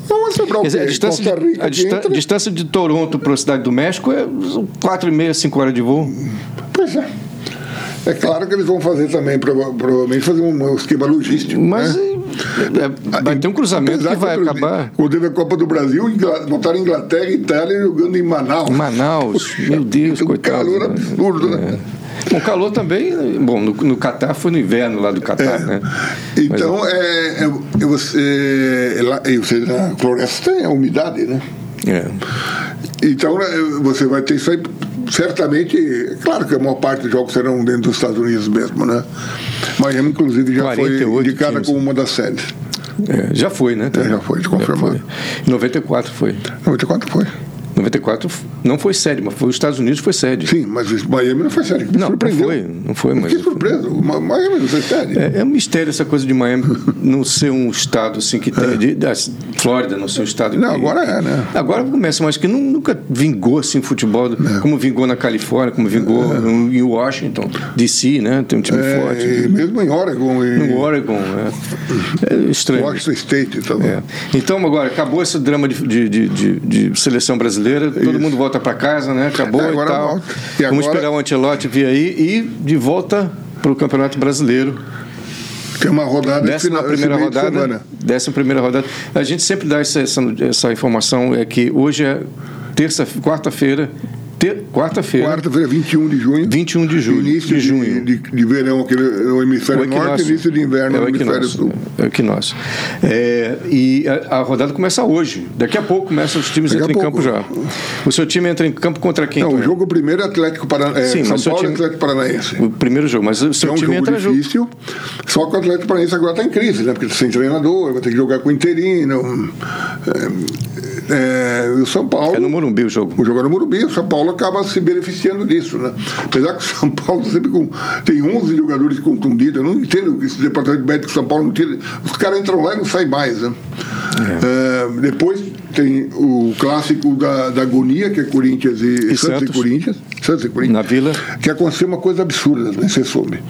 Speaker 2: Então vai sobrar
Speaker 1: Quer
Speaker 2: o quê?
Speaker 1: dizer, a distância,
Speaker 2: Costa
Speaker 1: de,
Speaker 2: Rica
Speaker 1: a
Speaker 2: que
Speaker 1: distan-
Speaker 2: entra?
Speaker 1: distância de Toronto para a cidade do México é 4,5, 5 horas de voo.
Speaker 2: Pois é. É claro que eles vão fazer também, prova- provavelmente, fazer um esquema logístico.
Speaker 1: Mas
Speaker 2: né?
Speaker 1: é, vai ter um cruzamento
Speaker 2: Ah, Apesar
Speaker 1: que vai
Speaker 2: outro dia,
Speaker 1: acabar.
Speaker 2: Quando teve a Copa do Brasil, Ingla- botaram Inglaterra e Itália jogando em Manaus.
Speaker 1: Manaus, meu Deus,
Speaker 2: Um
Speaker 1: coitado.
Speaker 2: calor absurdo, né?
Speaker 1: É. Bom, calor também. né? Bom, no, no Catar foi no inverno lá do Catar, né?
Speaker 2: É. Então, é, é, é você, é lá, é você na floresta tem a umidade, né?
Speaker 1: É.
Speaker 2: Então, é, você vai ter isso aí, certamente, é claro que a maior parte dos jogos serão dentro dos Estados Unidos mesmo, né? Miami, inclusive, já foi
Speaker 1: 48
Speaker 2: indicada
Speaker 1: times.
Speaker 2: como uma das sedes.
Speaker 1: É, já foi, né?
Speaker 2: É, já foi,
Speaker 1: Já
Speaker 2: confirmado.
Speaker 1: foi. Em 94 foi.
Speaker 2: Não, de quanto foi?
Speaker 1: 94 não foi sede, mas foi os Estados Unidos foi sede.
Speaker 2: Sim, mas o Miami não foi sério.
Speaker 1: Não, não
Speaker 2: surpreendeu.
Speaker 1: foi, não foi, mas
Speaker 2: Que surpresa. O Ma- Miami não foi sério.
Speaker 1: É, é um mistério essa coisa de Miami não ser um estado assim que tem. De, da Flórida não ser um estado.
Speaker 2: É. Não,
Speaker 1: que-
Speaker 2: agora é, né?
Speaker 1: Agora começa, mas que nu- nunca vingou assim futebol,
Speaker 2: É.
Speaker 1: como vingou na Califórnia, como vingou no- em Washington, DC, né? Tem um time
Speaker 2: É,
Speaker 1: forte.
Speaker 2: e mesmo em Oregon e
Speaker 1: No Oregon, é, é estranho.
Speaker 2: Washington State tá também.
Speaker 1: É. Então, agora, acabou esse drama de, de- de- de- de seleção brasileira, todo mundo volta para casa, né? Acabou
Speaker 2: É, agora
Speaker 1: e tal.
Speaker 2: volta. E
Speaker 1: Vamos
Speaker 2: agora-
Speaker 1: esperar o Antelote vir aí e de volta para o Campeonato Brasileiro.
Speaker 2: Tem uma rodada esse
Speaker 1: Décima
Speaker 2: final- esse
Speaker 1: primeira
Speaker 2: meio de
Speaker 1: rodada.
Speaker 2: semana.
Speaker 1: Décima primeira rodada. A gente sempre dá essa, essa, essa informação, é que hoje é terça, quarta-feira, te- quarta-feira,
Speaker 2: Quarta-feira, 21 de junho.
Speaker 1: 21 de julho.
Speaker 2: Início
Speaker 1: de
Speaker 2: de,
Speaker 1: junho. É
Speaker 2: De, de verão aqui no hemisfério
Speaker 1: O
Speaker 2: norte,
Speaker 1: equinócio.
Speaker 2: início de inverno
Speaker 1: é o
Speaker 2: no hemisfério
Speaker 1: equinócio.
Speaker 2: sul.
Speaker 1: É o equinócio. É, e a, a rodada começa hoje. Daqui a pouco começam os times
Speaker 2: Daqui a
Speaker 1: entram em campo
Speaker 2: pouco.
Speaker 1: já. O seu time entra em campo contra quem?
Speaker 2: Não, o
Speaker 1: Tonhão?
Speaker 2: jogo primeiro é Atlético Paranaense.
Speaker 1: Então Sim,
Speaker 2: São
Speaker 1: mas seu
Speaker 2: Paulo e
Speaker 1: time-
Speaker 2: Atlético Paranaense.
Speaker 1: O primeiro jogo, mas o seu
Speaker 2: É um
Speaker 1: time
Speaker 2: jogo
Speaker 1: entra jogo.
Speaker 2: difícil, só que o Atlético Paranaense agora está em crise, né? Porque sem treinador, vai ter que jogar com o Interino. É, é, e o São Paulo.
Speaker 1: É no Morumbi o jogo.
Speaker 2: O jogo é no Morumbi, o São Paulo acaba se beneficiando disso, né? Apesar que o São Paulo sempre com, tem 11 jogadores contundidos, eu não entendo esse departamento médico do São Paulo não tira. Os caras entram lá e não saem mais, né? É, depois tem o clássico da, da agonia, que é Corinthians e, Santos, e
Speaker 1: Santos.
Speaker 2: Corinthians. Santos e Corinthians
Speaker 1: Na Vila.
Speaker 2: que aconteceu uma coisa absurda, né? Você soube.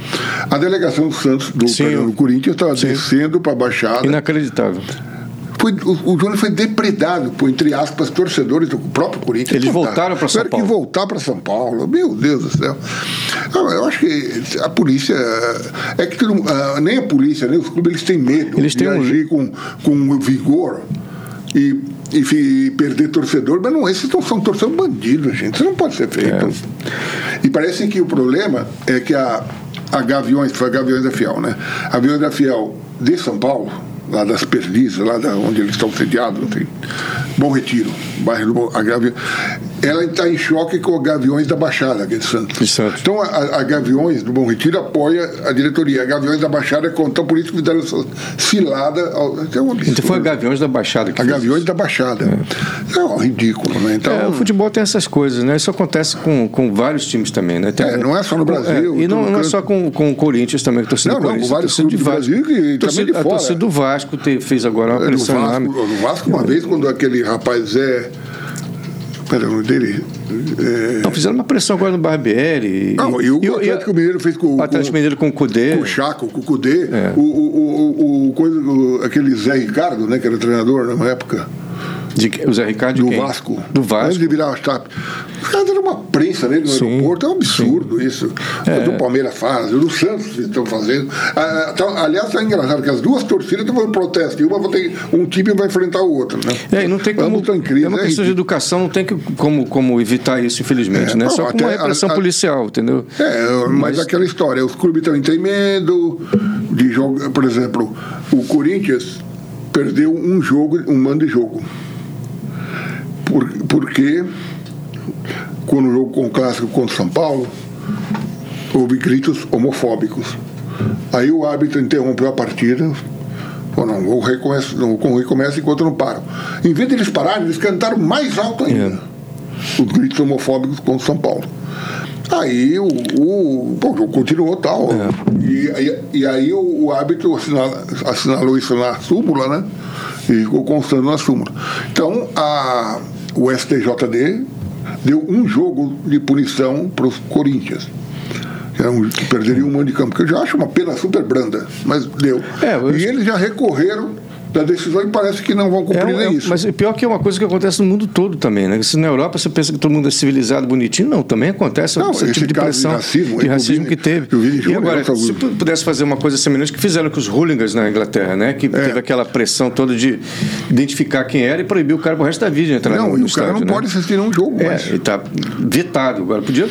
Speaker 2: A delegação do Santos, do,
Speaker 1: Sim,
Speaker 2: perdão,
Speaker 1: eu-
Speaker 2: do Corinthians, estava
Speaker 1: sim.
Speaker 2: descendo para a Baixada.
Speaker 1: Inacreditável.
Speaker 2: Foi, o, o Júnior foi depredado por, entre aspas, torcedores do próprio Corinthians.
Speaker 1: Eles
Speaker 2: Fantástico.
Speaker 1: voltaram pra São
Speaker 2: Tiveram
Speaker 1: Paulo.
Speaker 2: que voltar para São Paulo. Meu Deus do céu. Não, eu acho que a polícia. É que todo mundo- ah, nem a polícia, nem os clubes, eles têm medo
Speaker 1: Eles
Speaker 2: de
Speaker 1: têm um-
Speaker 2: agir com, com vigor. E, e fi- perder torcedor, mas não, esses não são torcedores bandidos, gente. Isso não pode ser feito.
Speaker 1: É.
Speaker 2: E parece que o problema é que a, a Gaviões, foi a Gaviões da Fiel, né? A Gaviões da Fiel de São Paulo, lá das Perdizes, lá da onde eles estão sediados, não tem Bom Retiro, bairro do Bom, a Gaviões, ela está em choque com a Gaviões da Baixada, aqui de Santos.
Speaker 1: De Santos.
Speaker 2: Então a- a, a Gaviões do Bom Retiro apoia a diretoria. A Gaviões da Baixada contou por isso que deram essa cilada. Ao, é um absurdo.
Speaker 1: Então foi a Gaviões da Baixada que
Speaker 2: A
Speaker 1: fez
Speaker 2: Gaviões da Baixada. É, um ridículo, né? Então,
Speaker 1: É, o futebol tem essas coisas, né? Isso acontece com, com vários times também, né? Tem-
Speaker 2: É, não é só no Brasil,
Speaker 1: É, e
Speaker 2: em todo
Speaker 1: não, não é
Speaker 2: canto.
Speaker 1: só com, com o Corinthians também, que torcida
Speaker 2: Não,
Speaker 1: do
Speaker 2: não,
Speaker 1: Corinthians,
Speaker 2: vários
Speaker 1: torcida de
Speaker 2: clubes do
Speaker 1: Vasco.
Speaker 2: Brasil e também
Speaker 1: Torcida-
Speaker 2: de
Speaker 1: a
Speaker 2: fora.
Speaker 1: torcida do Vasco te- fez agora uma
Speaker 2: no
Speaker 1: pressão
Speaker 2: Vasco, é.
Speaker 1: enorme.
Speaker 2: no Vasco, uma vez, quando aquele rapaz é. Pera, o nome dele? É,
Speaker 1: Não, fizeram uma pressão agora no Barbieri.
Speaker 2: não, e o Atlético Mineiro fez com,
Speaker 1: O
Speaker 2: com,
Speaker 1: Atlético
Speaker 2: com
Speaker 1: Mineiro É. com o Cudê.
Speaker 2: o Chaco, com o Cudê, o, o, o, o, coisa- o- aquele Zé Ricardo, né, que era treinador na época.
Speaker 1: De, que- o Zé Ricardo de
Speaker 2: Do
Speaker 1: quem?
Speaker 2: Vasco.
Speaker 1: Do
Speaker 2: Antes
Speaker 1: Vasco.
Speaker 2: de virar o TAP. Os caras deram uma prensa nele no
Speaker 1: Sim, É.
Speaker 2: aeroporto. É um absurdo isso. O do Palmeiras faz, o do Santos estão fazendo. Ah, tá- aliás, é engraçado que as duas torcidas estão fazendo protesto. E uma vai ter, um time vai enfrentar o outro. Né?
Speaker 1: É, e não tem como.
Speaker 2: Ambos estão em crise,
Speaker 1: é uma
Speaker 2: é
Speaker 1: questão de
Speaker 2: ridículo.
Speaker 1: educação, não tem que- como, como evitar isso, infelizmente,
Speaker 2: É,
Speaker 1: né?
Speaker 2: não,
Speaker 1: Só com
Speaker 2: até
Speaker 1: uma repressão
Speaker 2: a- a-
Speaker 1: policial, entendeu?
Speaker 2: É, mas, aquela história, os clubes também têm medo de jogar. Por exemplo, o Corinthians perdeu um jogo, um mando de jogo. Por, porque quando jogou com o clássico contra o São Paulo, houve gritos homofóbicos. Aí o árbitro interrompeu a partida. Ou não, ou recomeça, não, ou recomeça enquanto não param. Em vez deles pararem, eles cantaram mais alto ainda
Speaker 1: É.
Speaker 2: os gritos homofóbicos contra São Paulo. Tá Aí o, o, bom, o jogo continuou tal.
Speaker 1: É.
Speaker 2: E, aí- e aí o, o árbitro assinala- assinalou isso na súmula, né? E ficou constando na súmula. Então a, o STJD deu um jogo de punição para os Corinthians. que era um- Que perderiam um monte de campo, que eu já acho uma pena super branda, mas deu.
Speaker 1: É, eu-
Speaker 2: E eles já recorreram da decisão e parece que não vão
Speaker 1: É
Speaker 2: cumprir
Speaker 1: um-
Speaker 2: nem
Speaker 1: é um-
Speaker 2: isso.
Speaker 1: Mas o pior é que é uma coisa que acontece no mundo todo também, né? Se na Europa você pensa que todo mundo é civilizado, bonitinho, não, também acontece
Speaker 2: Não,
Speaker 1: esse,
Speaker 2: esse
Speaker 1: tipo de
Speaker 2: caso de
Speaker 1: pressão
Speaker 2: racismo aí
Speaker 1: de
Speaker 2: que o
Speaker 1: racismo
Speaker 2: Vini-
Speaker 1: que teve.
Speaker 2: que o Vini
Speaker 1: E
Speaker 2: Júnior
Speaker 1: agora,
Speaker 2: falou.
Speaker 1: se pu- pudesse fazer uma coisa semelhante que fizeram com os hooligans na Inglaterra, né?
Speaker 2: É.
Speaker 1: Que teve aquela pressão toda de identificar quem era e proibir o cara pro resto da vida de entrar no,
Speaker 2: Não,
Speaker 1: no
Speaker 2: e o
Speaker 1: estádio,
Speaker 2: cara não
Speaker 1: né?
Speaker 2: pode assistir nenhum jogo
Speaker 1: É,
Speaker 2: mais.
Speaker 1: ele está vetado agora. Podia.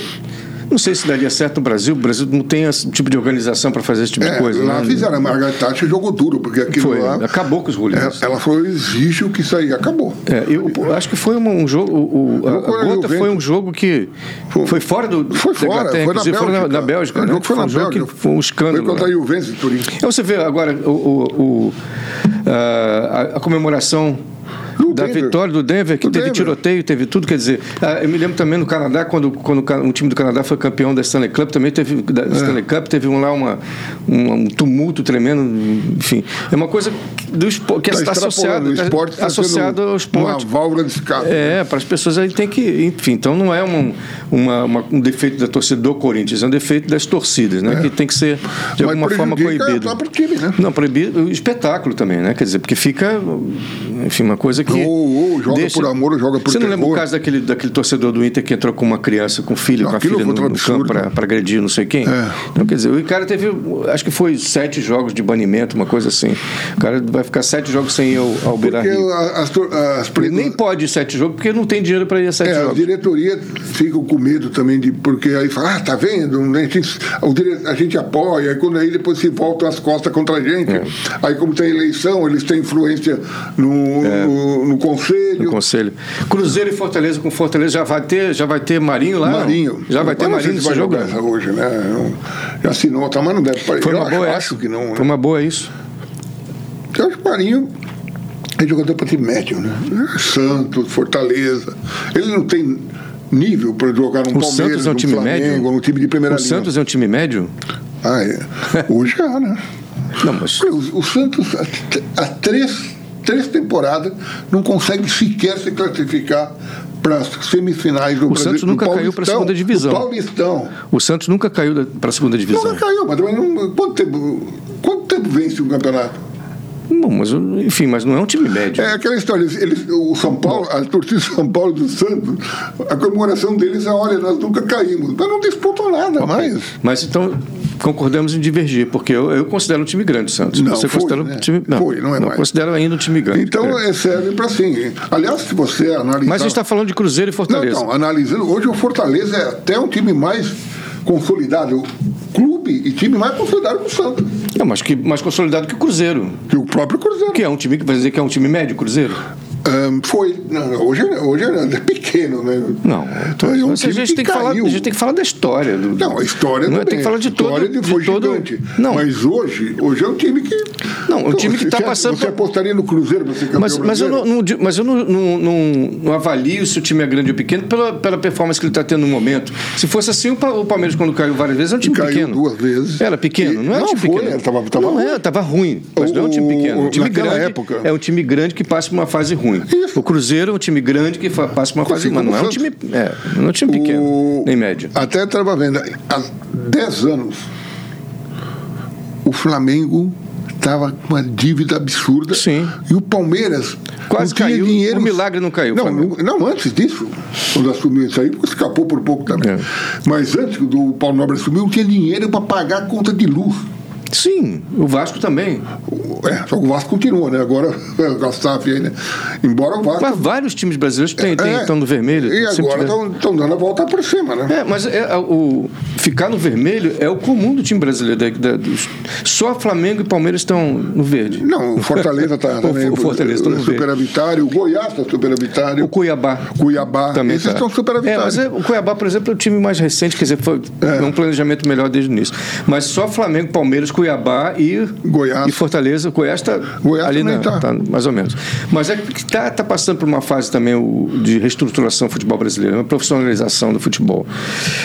Speaker 1: Não sei se daria certo no Brasil. O Brasil não tem esse tipo de organização para fazer esse tipo de
Speaker 2: É,
Speaker 1: coisa.
Speaker 2: lá
Speaker 1: né?
Speaker 2: fizeram, a Margaret Thatcher jogou duro, porque aquilo
Speaker 1: Foi, né?
Speaker 2: lá.
Speaker 1: acabou com os hooligans.
Speaker 2: É, Ela falou: exige o que isso aí, acabou.
Speaker 1: É, eu pô, acho que foi um, um jogo. O, o- a,
Speaker 2: Procura
Speaker 1: a
Speaker 2: aí o
Speaker 1: Gota foi
Speaker 2: vento.
Speaker 1: um jogo que
Speaker 2: Foi.
Speaker 1: foi fora do.
Speaker 2: Foi
Speaker 1: da
Speaker 2: fora,
Speaker 1: Inglaterra,
Speaker 2: foi na
Speaker 1: inclusive,
Speaker 2: Bélgica.
Speaker 1: foi na Bélgica.
Speaker 2: O
Speaker 1: né?
Speaker 2: jogo foi na
Speaker 1: um jogo que
Speaker 2: Bélgica.
Speaker 1: foi um
Speaker 2: Foi
Speaker 1: escândalo.
Speaker 2: contra a
Speaker 1: né?
Speaker 2: Juventus de Turim.
Speaker 1: Então você vê agora o, o- o- a, a comemoração
Speaker 2: Do
Speaker 1: da
Speaker 2: Denver.
Speaker 1: vitória do Denver, que
Speaker 2: Do
Speaker 1: teve
Speaker 2: Denver.
Speaker 1: tiroteio, teve tudo, quer dizer, ah, eu me lembro também no Canadá, quando, quando o ca- um time do Canadá foi campeão da Stanley Cup, também teve,
Speaker 2: É.
Speaker 1: da Stanley Cup, teve um, lá uma, um, um tumulto tremendo, enfim, é uma coisa do espo- que está associado,
Speaker 2: Tá O esporte tá
Speaker 1: associado
Speaker 2: sendo
Speaker 1: ao esporte.
Speaker 2: Uma válvula de escape.
Speaker 1: É, para as pessoas aí tem que. Enfim, então não é um, uma- uma- um defeito da torcida do Corinthians, é um defeito das torcidas, né? Que tem que ser, de alguma forma, Tá
Speaker 2: É. prejudica
Speaker 1: proibido.
Speaker 2: lá pro time, né?
Speaker 1: Não, proibir o espetáculo também, né? Quer dizer, porque fica, enfim, uma coisa que.
Speaker 2: Ou- ou joga por amor, ou joga por
Speaker 1: Você não lembra o
Speaker 2: terror?
Speaker 1: caso daquele, daquele torcedor do Inter que entrou com uma criança, com um filho, com a
Speaker 2: Aquilo
Speaker 1: filha no,
Speaker 2: foi um
Speaker 1: no campo
Speaker 2: absurdo.
Speaker 1: para agredir não sei quem?
Speaker 2: É.
Speaker 1: Então, quer dizer, o cara teve, acho que foi sete jogos de banimento, uma coisa assim. O cara vai ficar sete jogos sem ir ao, ao
Speaker 2: Porque
Speaker 1: Beira-Rio.
Speaker 2: a- as, tor- as pre-
Speaker 1: Ele nem pode ir sete jogos, porque não tem dinheiro para ir a sete
Speaker 2: É, a
Speaker 1: jogos.
Speaker 2: diretoria fica com medo também de porque aí fala, ah, tá vendo? A gente, o dire- a gente apoia, aí quando aí depois se voltam as costas contra a gente.
Speaker 1: É.
Speaker 2: Aí como tem eleição, eles têm influência no, no, no
Speaker 1: do
Speaker 2: conselho.
Speaker 1: É. Conselho. Cruzeiro e Fortaleza com Fortaleza já vai ter, já vai ter Marinho lá?
Speaker 2: Marinho.
Speaker 1: Já vai ter
Speaker 2: Eu não sei
Speaker 1: Marinho nesse
Speaker 2: se vai
Speaker 1: jogo?
Speaker 2: jogar essa hoje, né? Não- Já assinou, tá, mas não deve pra-
Speaker 1: Foi
Speaker 2: eu
Speaker 1: uma
Speaker 2: acho,
Speaker 1: boa
Speaker 2: acho
Speaker 1: essa.
Speaker 2: que não. né?
Speaker 1: Foi uma boa isso.
Speaker 2: Eu acho que o Marinho é jogador para time médio, né? Santos, Fortaleza. Ele não tem nível para jogar no
Speaker 1: O
Speaker 2: Palmeiras,
Speaker 1: Santos é um
Speaker 2: no
Speaker 1: time
Speaker 2: Flamengo,
Speaker 1: médio?
Speaker 2: no time de primeira
Speaker 1: O
Speaker 2: linha.
Speaker 1: Santos é um time médio?
Speaker 2: Ah, é. Hoje já, né?
Speaker 1: Não, mas.
Speaker 2: Olha, O, o Santos, há t- há três, três temporadas, não consegue sequer se classificar para as semifinais do
Speaker 1: O Santos nunca caiu pra segunda divisão.
Speaker 2: O Paulistão.
Speaker 1: O Santos nunca caiu para a segunda divisão.
Speaker 2: Nunca caiu, mas também não, quanto, tempo, quanto tempo vence o campeonato?
Speaker 1: Não, mas enfim, mas não é um time médio.
Speaker 2: É aquela história, eles- eles- o São Paulo, a torcida de São Paulo e do Santos, a comemoração deles é, olha, nós nunca caímos, mas não disputam nada mais.
Speaker 1: Mas então concordamos em divergir, porque eu, eu considero um time grande o Santos.
Speaker 2: Não,
Speaker 1: Você
Speaker 2: foi,
Speaker 1: considera um
Speaker 2: né?
Speaker 1: time. Não,
Speaker 2: Foi, não é mais.
Speaker 1: considero ainda um time grande.
Speaker 2: Então,
Speaker 1: É.
Speaker 2: é. serve para sim. Aliás, se você analisar...
Speaker 1: Mas a gente tá está falando de Cruzeiro e
Speaker 2: Não,
Speaker 1: Fortaleza.
Speaker 2: então, analisando, hoje o Fortaleza é até um time mais consolidado, clube e time mais consolidado que o Santos,
Speaker 1: Não, mas que mais consolidado que o Cruzeiro.
Speaker 2: que o próprio Cruzeiro.
Speaker 1: Que é um time que vai dizer que é um time médio, Cruzeiro?
Speaker 2: Ahn, foi, não, não, hoje, é- hoje é pequeno, né?
Speaker 1: Não. então,
Speaker 2: É um
Speaker 1: Mas a,
Speaker 2: time
Speaker 1: gente
Speaker 2: que
Speaker 1: tem que falar, a
Speaker 2: caiu.
Speaker 1: gente tem que falar da história. do-
Speaker 2: Não, a história
Speaker 1: não é,
Speaker 2: também.
Speaker 1: Tem que falar de
Speaker 2: a história
Speaker 1: todo.
Speaker 2: de foi
Speaker 1: de todo-
Speaker 2: gigante.
Speaker 1: Não,
Speaker 2: Mas hoje, hoje é um time que...
Speaker 1: Não, é um time que
Speaker 2: você
Speaker 1: tá
Speaker 2: acha-
Speaker 1: passando
Speaker 2: Você
Speaker 1: por-
Speaker 2: apostaria no Cruzeiro para ser campeão
Speaker 1: mas, mas eu, não,
Speaker 2: brasileiro?
Speaker 1: não digo- mas eu não, não- não- não avalio se o time é grande ou pequeno pela, pela performance que ele está tendo no momento. Se fosse assim, o, Pa- o Palmeiras, quando caiu várias vezes, é um time
Speaker 2: Caiu
Speaker 1: pequeno.
Speaker 2: duas vezes.
Speaker 1: Era pequeno,
Speaker 2: E-
Speaker 1: não era um
Speaker 2: não
Speaker 1: time
Speaker 2: foi,
Speaker 1: pequeno.
Speaker 2: tava- tava
Speaker 1: não
Speaker 2: ruim.
Speaker 1: é, estava ruim. Mas não é um time
Speaker 2: O-
Speaker 1: pequeno. É um time
Speaker 2: naquela
Speaker 1: grande.
Speaker 2: época.
Speaker 1: É um time grande que passa por uma fase ruim.
Speaker 2: Isso.
Speaker 1: O Cruzeiro é um time grande que fa- passa por uma fase
Speaker 2: Assim
Speaker 1: ruim. Mas
Speaker 2: como
Speaker 1: não é um
Speaker 2: o
Speaker 1: time. É, não é um time pequeno,
Speaker 2: O-
Speaker 1: nem médio.
Speaker 2: Até estava vendo, há 10 anos, o Flamengo estava com uma dívida absurda.
Speaker 1: Sim.
Speaker 2: E o Palmeiras
Speaker 1: Quase
Speaker 2: não tinha
Speaker 1: caiu,
Speaker 2: dinheiro.
Speaker 1: o milagre não caiu,
Speaker 2: Não,
Speaker 1: Flamengo.
Speaker 2: não, não, antes disso, quando assumiu isso aí, porque escapou por pouco também.
Speaker 1: É.
Speaker 2: Mas antes do Paulo Nobre assumir, não tinha dinheiro para pagar a conta de luz.
Speaker 1: Sim, o Vasco também.
Speaker 2: É, só que o Vasco continua, né? Agora com a SAF aí, né? Embora o Vasco.
Speaker 1: Mas vários times brasileiros têm, têm,
Speaker 2: Ah, tá. É.
Speaker 1: estão no vermelho.
Speaker 2: E
Speaker 1: sempre
Speaker 2: agora
Speaker 1: tiveram.
Speaker 2: estão dando a volta por cima, né?
Speaker 1: É, mas é, o, ficar no vermelho é o comum do time brasileiro. da- da- dos- só Flamengo e Palmeiras estão no verde.
Speaker 2: Não, o Fortaleza está
Speaker 1: O-
Speaker 2: também.
Speaker 1: o Fortaleza tá no verde.
Speaker 2: superavitário, o Goiás está superavitário,
Speaker 1: O Cuiabá.
Speaker 2: Cuiabá.
Speaker 1: Também
Speaker 2: Esses
Speaker 1: tá.
Speaker 2: estão
Speaker 1: É, mas
Speaker 2: superavitários.
Speaker 1: é, o Cuiabá, por exemplo, é o time mais recente, quer dizer, foi é. um planejamento melhor desde o início. Mas só Flamengo, Palmeiras, Cuiabá e,
Speaker 2: Goiás.
Speaker 1: e Fortaleza. O Goiás está
Speaker 2: Goiás
Speaker 1: ali
Speaker 2: também
Speaker 1: na,
Speaker 2: tá.
Speaker 1: tá mais ou menos. Mas é que está tá passando por uma fase também o, de reestruturação do futebol brasileiro, uma profissionalização do futebol.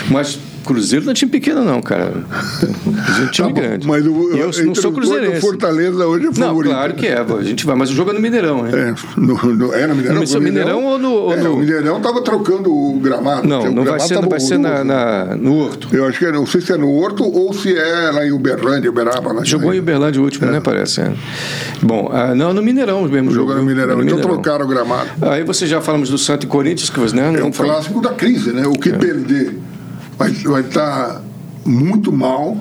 Speaker 1: Mas Cruzeiro não é time pequeno, não, cara. Cruzeiro é um time
Speaker 2: Tá bom,
Speaker 1: grande.
Speaker 2: Mas o,
Speaker 1: E eu
Speaker 2: entre
Speaker 1: não
Speaker 2: os
Speaker 1: sou
Speaker 2: dois, O
Speaker 1: cruzeirense.
Speaker 2: Fortaleza hoje é
Speaker 1: Não,
Speaker 2: favorito.
Speaker 1: claro que é. A gente vai, mas o jogo é no Mineirão, né?
Speaker 2: É, no, no, é no Mineirão.
Speaker 1: No Mineirão ou no- ou
Speaker 2: é,
Speaker 1: no-
Speaker 2: O Mineirão estava trocando o gramado.
Speaker 1: Não,
Speaker 2: O
Speaker 1: não vai
Speaker 2: gramado
Speaker 1: ser,
Speaker 2: tá
Speaker 1: não vai ser na,
Speaker 2: horroroso.
Speaker 1: na- no Horto.
Speaker 2: Eu acho que é, não sei se é no Horto ou se é lá em Uberlândia, Uberaba. Né?
Speaker 1: Jogou em Uberlândia o último, né? Parece. é. Bom, ah, não, no Mineirão mesmo.
Speaker 2: Jogou no Mineirão.
Speaker 1: No
Speaker 2: então
Speaker 1: Mineirão.
Speaker 2: trocaram o gramado.
Speaker 1: Aí você já falamos do Santos e Corinthians, que você né?
Speaker 2: É
Speaker 1: não
Speaker 2: um
Speaker 1: falou.
Speaker 2: clássico da crise, né? O que
Speaker 1: É.
Speaker 2: perder vai estar muito mal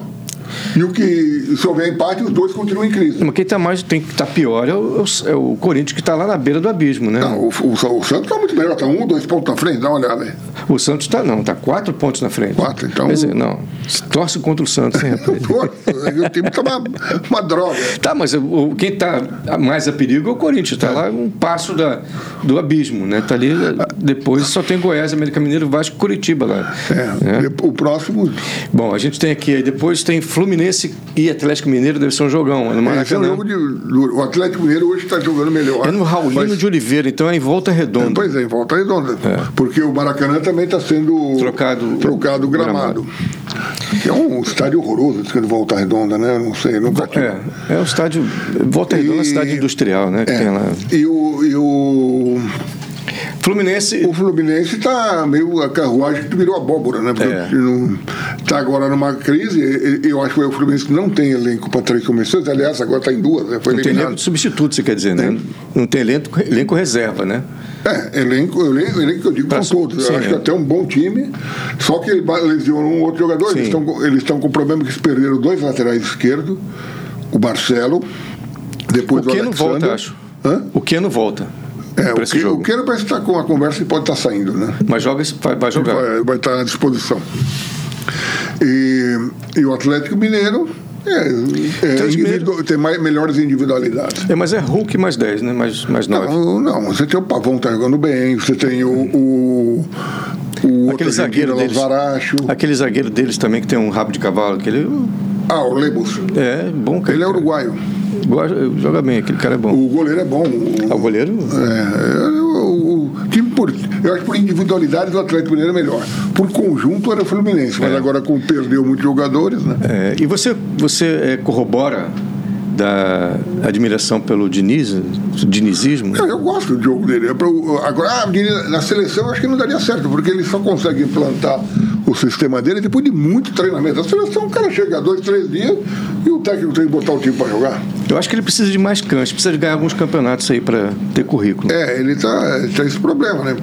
Speaker 2: e o que se houver empate, os dois continuam em crise.
Speaker 1: Mas quem está mais, tem que tá pior é o, é o- é o Corinthians, que está lá na beira do abismo, né?
Speaker 2: Não, o, o- o Santos está muito melhor, está um, dois pontos na frente, dá uma olhada aí.
Speaker 1: O Santos está, não, está quatro pontos na frente.
Speaker 2: Quatro, então-
Speaker 1: Quer dizer, não, se torce contra o Santos, hein, rapaz?
Speaker 2: Pô, o time está uma, uma droga.
Speaker 1: Tá, mas o- tá
Speaker 2: É. Ah.
Speaker 1: quem está mais a perigo é o Corinthians, está lá um passo da, do abismo, né? Está ali Depois só tem Goiás, América Mineiro, Vasco Curitiba lá.
Speaker 2: É,
Speaker 1: né?
Speaker 2: O próximo. é
Speaker 1: Bom, a gente tem aqui, aí depois tem Fluminense e Atlético Mineiro, deve ser um jogão. No
Speaker 2: Esse é um
Speaker 1: Maracanã.
Speaker 2: jogo de, o Atlético Mineiro hoje está jogando melhor.
Speaker 1: É no Raulino
Speaker 2: Mas-
Speaker 1: de Oliveira, então é em volta redonda.
Speaker 2: Pois é, em volta redonda.
Speaker 1: É.
Speaker 2: Porque o Maracanã também está sendo
Speaker 1: Trocado-
Speaker 2: trocado o gramado. É um estádio horroroso, diz que é de volta redonda, né? Eu não sei, eu nunca tive.
Speaker 1: É, é um estádio. Volta Redonda é uma
Speaker 2: E-
Speaker 1: cidade industrial, né? Que
Speaker 2: É.
Speaker 1: tem lá.
Speaker 2: E o, e o,
Speaker 1: Fluminense.
Speaker 2: o Fluminense está meio a carruagem que virou abóbora, né?
Speaker 1: É.
Speaker 2: Está tá agora numa crise. e- e- Eu acho que o Fluminense não tem elenco para três comerciantes. Aliás, agora está em duas, né? Foi
Speaker 1: Não tem elenco
Speaker 2: eliminado.
Speaker 1: de substituto, você quer dizer, né? Não tem elenco, elenco reserva, né?
Speaker 2: É, elenco, elenco, elenco que eu digo
Speaker 1: Pra-
Speaker 2: são todos.
Speaker 1: sim,
Speaker 2: eu acho
Speaker 1: é.
Speaker 2: que até um bom time. Só que ba- lesionou um outro jogador.
Speaker 1: Sim.
Speaker 2: Eles estão com- eles estão com problema que eles perderam dois laterais esquerdos, o Marcelo, depois
Speaker 1: O
Speaker 2: o,
Speaker 1: Keno
Speaker 2: Alexander.
Speaker 1: volta, acho.
Speaker 2: Hã?
Speaker 1: O Keno volta.
Speaker 2: É,
Speaker 1: pra
Speaker 2: o,
Speaker 1: esse
Speaker 2: que,
Speaker 1: jogo.
Speaker 2: o Keno parece que está com a conversa e pode estar saindo, né?
Speaker 1: Mas joga, esse- vai, vai jogar.
Speaker 2: Vai, vai estar à disposição. E, e o Atlético Mineiro é, é
Speaker 1: Atlético
Speaker 2: individu- tem mais, melhores individualidades.
Speaker 1: É, mas é Hulk mais 10, né? Mais, mais 9.
Speaker 2: Não, não, você tem o Pavão que tá jogando bem, você tem o. o o
Speaker 1: Aquele zagueiro
Speaker 2: argentino lá,
Speaker 1: deles.
Speaker 2: o Zaracho.
Speaker 1: Aquele zagueiro deles também, que tem um rabo de cavalo, que ele
Speaker 2: Ah, o Lebus.
Speaker 1: é bom. cara.
Speaker 2: Ele é uruguaio.
Speaker 1: Gosta- Joga bem, aquele cara é bom.
Speaker 2: O goleiro é bom.
Speaker 1: Ah, O goleiro
Speaker 2: É, o, o time por, eu acho que por individualidade o Atlético Mineiro é melhor. Por conjunto era o Fluminense, mas agora como perdeu muitos jogadores, né?
Speaker 1: É, e você, você é, corrobora da admiração pelo Diniz, dinizismo?
Speaker 2: Não, eu gosto do jogo dele. É pra o- agora, ah, menina, na seleção eu acho que não daria certo, porque ele só consegue implantar o sistema dele depois de muito treinamento. A seleção, o cara chega dois, três dias e o técnico tem que botar o time para jogar.
Speaker 1: Eu acho que ele precisa de mais cancha, precisa de ganhar alguns campeonatos aí para ter currículo.
Speaker 2: É, ele tá, ele tá esse problema, né?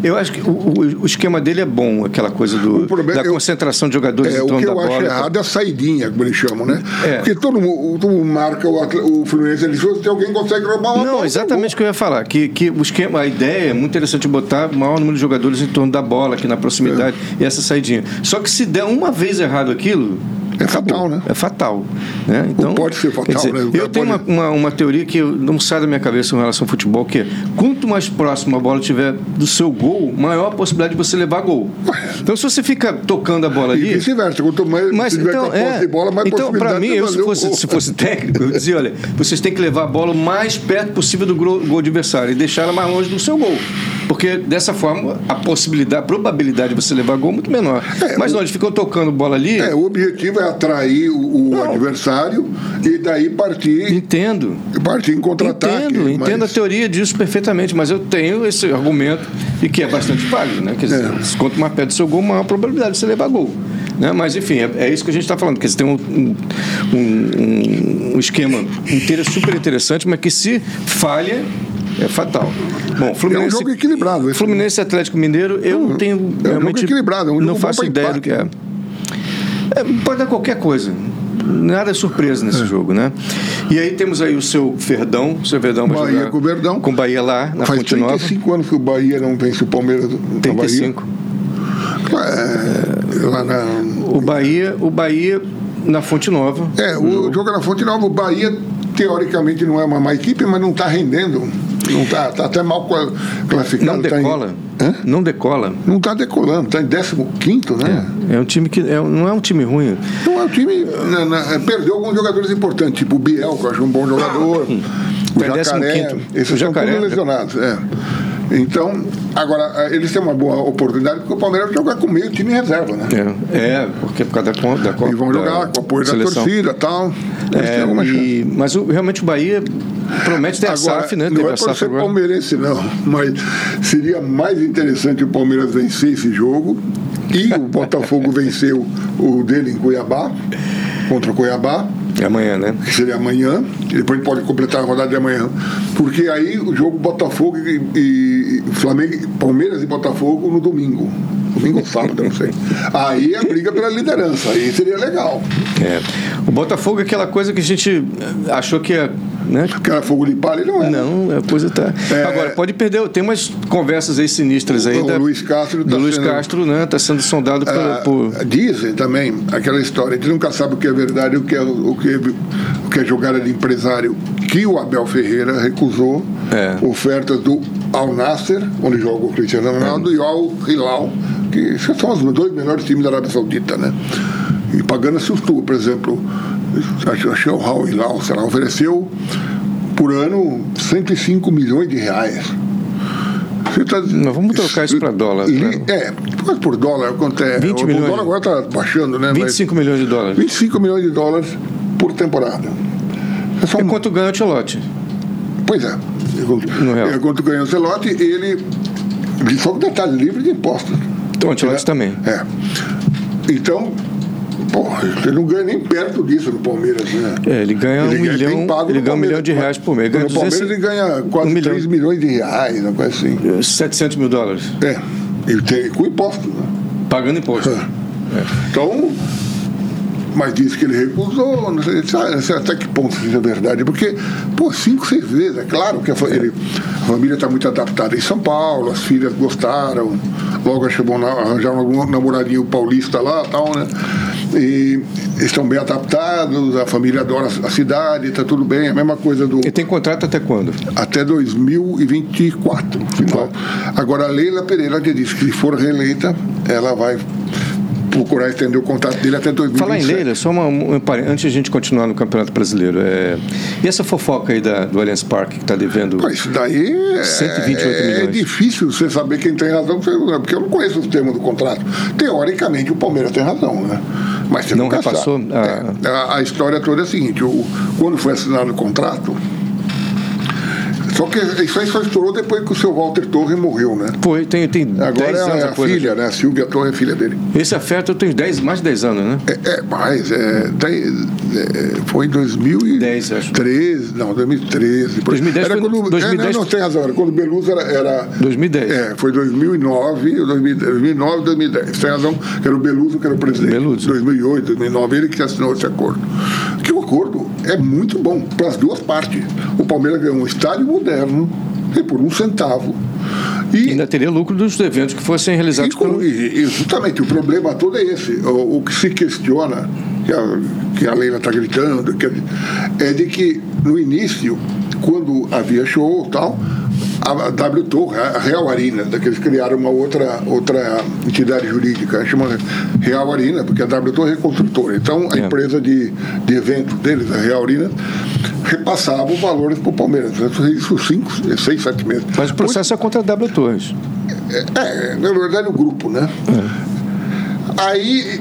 Speaker 1: Eu acho que o, o- o esquema dele é bom, aquela coisa do,
Speaker 2: O problema-
Speaker 1: da
Speaker 2: eu-
Speaker 1: concentração de jogadores
Speaker 2: É,
Speaker 1: em
Speaker 2: o
Speaker 1: torno
Speaker 2: que
Speaker 1: da
Speaker 2: eu
Speaker 1: então bola.
Speaker 2: acho errado é a saidinha, como eles chamam, né?
Speaker 1: É.
Speaker 2: Porque todo mundo, todo mundo marca o, atle- o Fluminense, eles falam, se alguém consegue roubar uma
Speaker 1: Não,
Speaker 2: bola,
Speaker 1: exatamente o que eu ia falar. Que, que o esquema, a ideia é muito interessante botar o maior número de jogadores em torno da bola, aqui na proximidade, e essa saidinha. Só que se der uma vez errado aquilo.
Speaker 2: É fatal, né?
Speaker 1: É fatal. né? Então,
Speaker 2: pode ser fatal,
Speaker 1: quer
Speaker 2: né? O cara
Speaker 1: Eu tenho uma,
Speaker 2: pode-
Speaker 1: uma, uma teoria que eu- não sai da minha cabeça em relação ao futebol, que é quanto mais próximo a bola tiver do seu gol, maior a possibilidade de você levar gol. Então, se você fica tocando a bola
Speaker 2: E
Speaker 1: ali.
Speaker 2: vice-versa, quanto mais
Speaker 1: Mas
Speaker 2: tiver
Speaker 1: então,
Speaker 2: com a posse
Speaker 1: é.
Speaker 2: de bola, mais
Speaker 1: então para
Speaker 2: possibilidade
Speaker 1: mim,
Speaker 2: de
Speaker 1: eu,
Speaker 2: fazer
Speaker 1: se,
Speaker 2: o
Speaker 1: fosse,
Speaker 2: gol.
Speaker 1: se fosse técnico, eu dizia: olha, vocês têm que levar a bola o mais perto possível do gro- gol adversário e deixar ela mais longe do seu gol. Porque dessa forma, a possibilidade, a probabilidade de você levar gol é muito menor. Mas não, eles ficam tocando bola ali.
Speaker 2: É, o objetivo é atrair o, o adversário e daí partir,
Speaker 1: Entendo.
Speaker 2: partir em contra-ataque.
Speaker 1: Entendo, entendo a
Speaker 2: mas-
Speaker 1: teoria disso perfeitamente, mas eu tenho esse argumento e que é bastante válido, né? Quer dizer,
Speaker 2: É.
Speaker 1: se quanto mais perto do seu gol, maior a probabilidade de você levar gol. Né? Mas, enfim, é, é isso que a gente está falando, que você tem um, um- um- um esquema inteiro super interessante, mas que se falha, é fatal. Bom, Fluminense,
Speaker 2: um jogo equilibrado, esse.
Speaker 1: Fluminense e Atlético Mineiro, eu não tenho
Speaker 2: é um
Speaker 1: realmente...
Speaker 2: jogo equilibrado, é um
Speaker 1: não
Speaker 2: jogo bom
Speaker 1: faço
Speaker 2: pra
Speaker 1: ideia do
Speaker 2: empate.
Speaker 1: que é. É, pode dar qualquer coisa. Nada é surpresa nesse jogo, né? E aí temos aí o seu Verdão, o seu Verdão vai
Speaker 2: Bahia
Speaker 1: jogar
Speaker 2: com o Verdão.
Speaker 1: com o Bahia lá na
Speaker 2: Faz
Speaker 1: Fonte Nova.
Speaker 2: 35 anos que o Bahia não vence o Palmeiras na
Speaker 1: 35.
Speaker 2: Bahia. É, lá na-
Speaker 1: O Bahia, o Bahia na Fonte Nova.
Speaker 2: é,
Speaker 1: Hum.
Speaker 2: o jogo na Fonte Nova, o Bahia teoricamente não é uma má equipe, mas não está rendendo. Não está tá até mal qua- classificado.
Speaker 1: Não
Speaker 2: tá em-
Speaker 1: decola.
Speaker 2: Hã?
Speaker 1: Não decola.
Speaker 2: não está decolando, está em 15, né?
Speaker 1: É um time que é um- não é um time ruim.
Speaker 2: Então é um time. na- na- perdeu alguns jogadores importantes, tipo o Biel, que eu acho um bom jogador. o
Speaker 1: Tá em
Speaker 2: Jacaré.
Speaker 1: 15º. O
Speaker 2: Esses
Speaker 1: Jacaré,
Speaker 2: são
Speaker 1: né?
Speaker 2: todos lesionados. É. Então, agora, eh, eles têm uma boa oportunidade porque o Palmeiras vai jogar com meio time reserva, né?
Speaker 1: É, é porque por causa da con- da Copa.
Speaker 2: E vão jogar
Speaker 1: da
Speaker 2: com apoio da
Speaker 1: seleção.
Speaker 2: torcida e tal. Eles têm
Speaker 1: É,
Speaker 2: alguma chance.
Speaker 1: e- mas o- realmente o Bahia promete ter a SAF, né?
Speaker 2: não
Speaker 1: Teve
Speaker 2: é
Speaker 1: a
Speaker 2: para
Speaker 1: SAF
Speaker 2: ser
Speaker 1: agora.
Speaker 2: palmeirense, não, mas seria mais interessante o Palmeiras vencer esse jogo e o Botafogo venceu o dele em Cuiabá, contra o Cuiabá.
Speaker 1: É amanhã, né?
Speaker 2: que seria amanhã, e depois a gente pode completar a rodada de amanhã. Porque aí o jogo Botafogo e, e- e Flamengo, Palmeiras e Botafogo no domingo. Domingo ou sábado, eu não sei. Aí é a briga pela liderança, aí seria legal.
Speaker 1: É. O Botafogo é aquela coisa que a gente eh, achou que é. Né?
Speaker 2: Porque era fogo de palha, ele não é.
Speaker 1: Não, a coisa tá.
Speaker 2: É.
Speaker 1: Agora, pode perder. Tem umas conversas aí sinistras aí.
Speaker 2: O
Speaker 1: da-
Speaker 2: Luiz Castro
Speaker 1: do
Speaker 2: tá
Speaker 1: Luiz
Speaker 2: sendo-
Speaker 1: Castro, né? Tá sendo sondado por.
Speaker 2: Ah,
Speaker 1: por-
Speaker 2: Dizem também aquela história, a gente nunca sabe o que é verdade, o que é, o que é, o que é jogada de empresário, que o Abel Ferreira recusou
Speaker 1: É.
Speaker 2: ofertas do ao Nasser, onde joga o Cristiano
Speaker 1: É.
Speaker 2: Ronaldo, e ao Hilal, que são os dois melhores times da Arábia Saudita, né? E pagando sustou, por exemplo, achei é o Al Hilal, sei lá, ofereceu por ano 105 milhões de reais.
Speaker 1: Tá, Nós vamos trocar isso para dólar.
Speaker 2: Li, é, quase por dólar. Quanto é?
Speaker 1: 20
Speaker 2: o,
Speaker 1: milhões.
Speaker 2: dólar agora está baixando, né?
Speaker 1: 25 milhões de dólares.
Speaker 2: Mas 25 milhões de dólares por temporada. É só
Speaker 1: É
Speaker 2: um-
Speaker 1: quanto ganha o Ancelotti?
Speaker 2: Pois é.
Speaker 1: No real.
Speaker 2: Enquanto ganhou o Celote, ele. Só que está livre de impostos.
Speaker 1: Então, o Ancelotti também.
Speaker 2: É. Então, pô, ele não ganha nem perto disso no Palmeiras, né?
Speaker 1: É, ele ganha um
Speaker 2: ganha bem
Speaker 1: milhão,
Speaker 2: pago
Speaker 1: ele ganha um
Speaker 2: no Palmeiras.
Speaker 1: milhão de reais por mês. Ganha
Speaker 2: No Palmeiras
Speaker 1: 200
Speaker 2: ele ganha quase
Speaker 1: um
Speaker 2: 3
Speaker 1: milhão.
Speaker 2: milhões de reais, uma coisa assim.
Speaker 1: 700 mil dólares,
Speaker 2: É, ele tem com imposto. Né?
Speaker 1: pagando imposto.
Speaker 2: Ah. Então, mas disse que ele recusou, não sei, sabe, não sei até que ponto isso é verdade, porque, pô, cinco, seis vezes, é claro que a, fa- ele- a família está muito adaptada em São Paulo, as filhas gostaram, logo achou na, arranjaram algum namoradinho paulista lá tal, né? E estão bem adaptados, a família adora a cidade, está tudo bem, a mesma coisa do
Speaker 1: Ele tem contrato até quando?
Speaker 2: até 2024. Final. Agora, a Leila Pereira já disse que se for reeleita, ela vai procurar estender o contato dele até 2027.
Speaker 1: Falar em Leila, só uma, um pare- antes de a gente continuar no Campeonato Brasileiro. é, e essa fofoca aí da, do Allianz Parque que está devendo.
Speaker 2: Pô, isso daí é-
Speaker 1: 128
Speaker 2: é
Speaker 1: milhões.
Speaker 2: difícil você saber quem tem razão, porque eu não conheço os termos do contrato. Teoricamente, o Palmeiras tem razão, né? Mas você
Speaker 1: Não
Speaker 2: nunca
Speaker 1: repassou?
Speaker 2: sabe.
Speaker 1: Ah.
Speaker 2: É, a, a história toda é a seguinte: o- quando foi assinado o contrato. Só que isso aí só estourou depois que o seu Walter Torre morreu, né?
Speaker 1: Foi, tem, tem
Speaker 2: Agora
Speaker 1: 10 anos
Speaker 2: é a
Speaker 1: a coisa.
Speaker 2: filha, né? A Silvia Torre é filha dele.
Speaker 1: Esse afeto eu tenho 10, mais de 10 anos, né?
Speaker 2: É, é mais, é, dez, é, foi em
Speaker 1: Dez, acho.
Speaker 2: 2013, não, 2013. por aí.
Speaker 1: 2010
Speaker 2: era
Speaker 1: foi no-
Speaker 2: quando, é,
Speaker 1: 2010
Speaker 2: não, não, tem razão, era quando o Beluso era... era
Speaker 1: 2010.
Speaker 2: É, foi 2009, 2009, 2010. Tem razão, que era o Beluso que era o presidente.
Speaker 1: Beluso.
Speaker 2: 2008, 2009, ele que assinou esse acordo. Que o acordo é muito bom para as duas partes. O Palmeiras ganhou um estádio moderno, e por um centavo.
Speaker 1: E
Speaker 2: E
Speaker 1: ainda teria lucro dos eventos que fossem realizados
Speaker 2: e, com-
Speaker 1: pelo.
Speaker 2: e- e justamente o problema todo é esse. O, o que se questiona, que a, que a Leila está gritando, que a- é de que no início, quando havia show e tal, a a W Torre, a Real Arena, daqueles criaram uma outra, outra entidade jurídica, né, chama Real Arena, porque a W Torre é construtora. Então a
Speaker 1: É.
Speaker 2: empresa de, de evento deles, a Real Arena, repassava os valores para o Palmeiras. né, Isso cinco, seis, sete meses.
Speaker 1: Mas o processo é contra a W Torres.
Speaker 2: É, na verdade o grupo, né? Aí,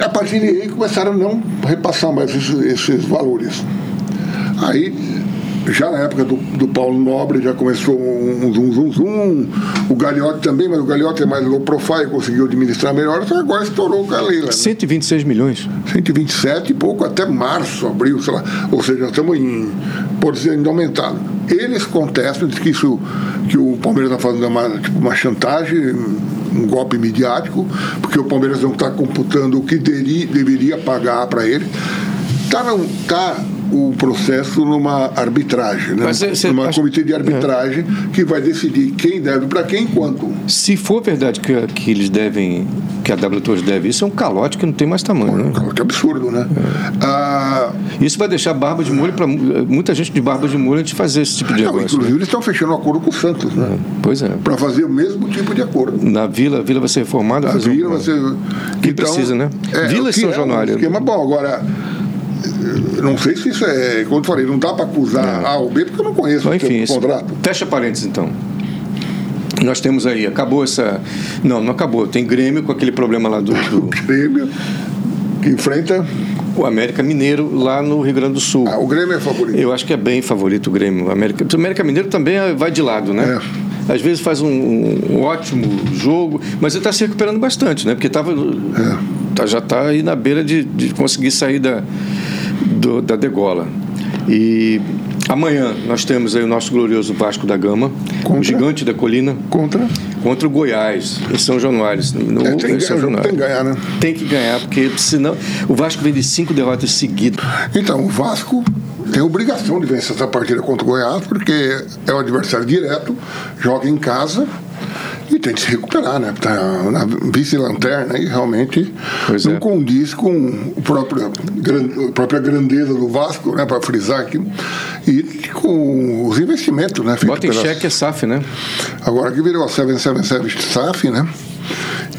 Speaker 2: a partir daí, começaram a não repassar mais esses, esses valores. Aí, já na época do, do Paulo Nobre, já começou um zoom, zoom, zoom. O Gagliotti também, mas o Gagliotti é mais low profile, conseguiu administrar melhor. Então agora estourou o Galela. né?
Speaker 1: 126 milhões.
Speaker 2: 127 e pouco até março, abril, sei lá. Ou seja, nós estamos em, por dizer, ainda aumentado. Eles contestam, dizem que isso, que o Palmeiras está fazendo uma, tipo, uma chantagem, um golpe midiático, porque o Palmeiras não está computando o que deri- deveria pagar para ele. Está não tá o processo numa arbitragem, né?
Speaker 1: Mas cê- cê
Speaker 2: numa
Speaker 1: acha- é.
Speaker 2: comitê de arbitragem que vai decidir quem deve para quem e quanto.
Speaker 1: Se for verdade que, que eles devem, que a W Torres deve, isso é um calote que não tem mais tamanho, né?
Speaker 2: Que absurdo, né?
Speaker 1: É.
Speaker 2: Ah,
Speaker 1: Isso vai deixar barba de molho para muita gente de barba de molho a gente fazer esse tipo de
Speaker 2: não,
Speaker 1: negócio.
Speaker 2: inclusive, eles estão fechando um acordo com o Santos, né?
Speaker 1: Pois é.
Speaker 2: para fazer o mesmo tipo de acordo.
Speaker 1: Na vila, a vila vai ser reformada.
Speaker 2: A
Speaker 1: fazer um-
Speaker 2: vila, você.
Speaker 1: Que precisa, né? Vila e
Speaker 2: que
Speaker 1: São
Speaker 2: é
Speaker 1: Januário.
Speaker 2: Um esquema bom, agora. eh, Não sei se isso é. Como eu falei, não dá para acusar A ou B, porque eu não conheço
Speaker 1: Bom,
Speaker 2: o
Speaker 1: enfim,
Speaker 2: teu
Speaker 1: isso.
Speaker 2: contrato.
Speaker 1: Fecha parênteses então. Nós temos aí, acabou essa. Não, não acabou. Tem Grêmio com aquele problema lá do, do-
Speaker 2: O Grêmio, que enfrenta.
Speaker 1: o América Mineiro lá no Rio Grande do Sul.
Speaker 2: Ah, o Grêmio é favorito.
Speaker 1: Eu acho que é bem favorito o Grêmio. O América, o América Mineiro também é- vai de lado, né?
Speaker 2: É.
Speaker 1: Às vezes faz um, um ótimo jogo, mas ele está se recuperando bastante, né? Porque tava,
Speaker 2: É.
Speaker 1: tá- já está aí na beira de, de conseguir sair da, do- da degola. E amanhã nós temos aí o nosso glorioso Vasco da Gama,
Speaker 2: Contra?
Speaker 1: o gigante da colina,
Speaker 2: Contra.
Speaker 1: contra o Goiás, em São Januário. No,
Speaker 2: É, tem,
Speaker 1: em
Speaker 2: que
Speaker 1: São
Speaker 2: ganhar, jogo tem
Speaker 1: Januário.
Speaker 2: que ganhar, né?
Speaker 1: Tem que ganhar, porque senão o Vasco vem de cinco derrotas seguidas.
Speaker 2: Então, o Vasco tem obrigação de vencer essa partida contra o Goiás, porque é um adversário direto, joga em casa. e tem que se recuperar, né? Tá na vice-lanterna e realmente
Speaker 1: Pois
Speaker 2: não
Speaker 1: é.
Speaker 2: condiz com o próprio, gran- a própria grandeza do Vasco, né? Para frisar aqui. E com os investimentos, né? feitos
Speaker 1: Bota em
Speaker 2: pelas-
Speaker 1: xeque a SAF, né?
Speaker 2: Agora que virou a 777 SAF, né?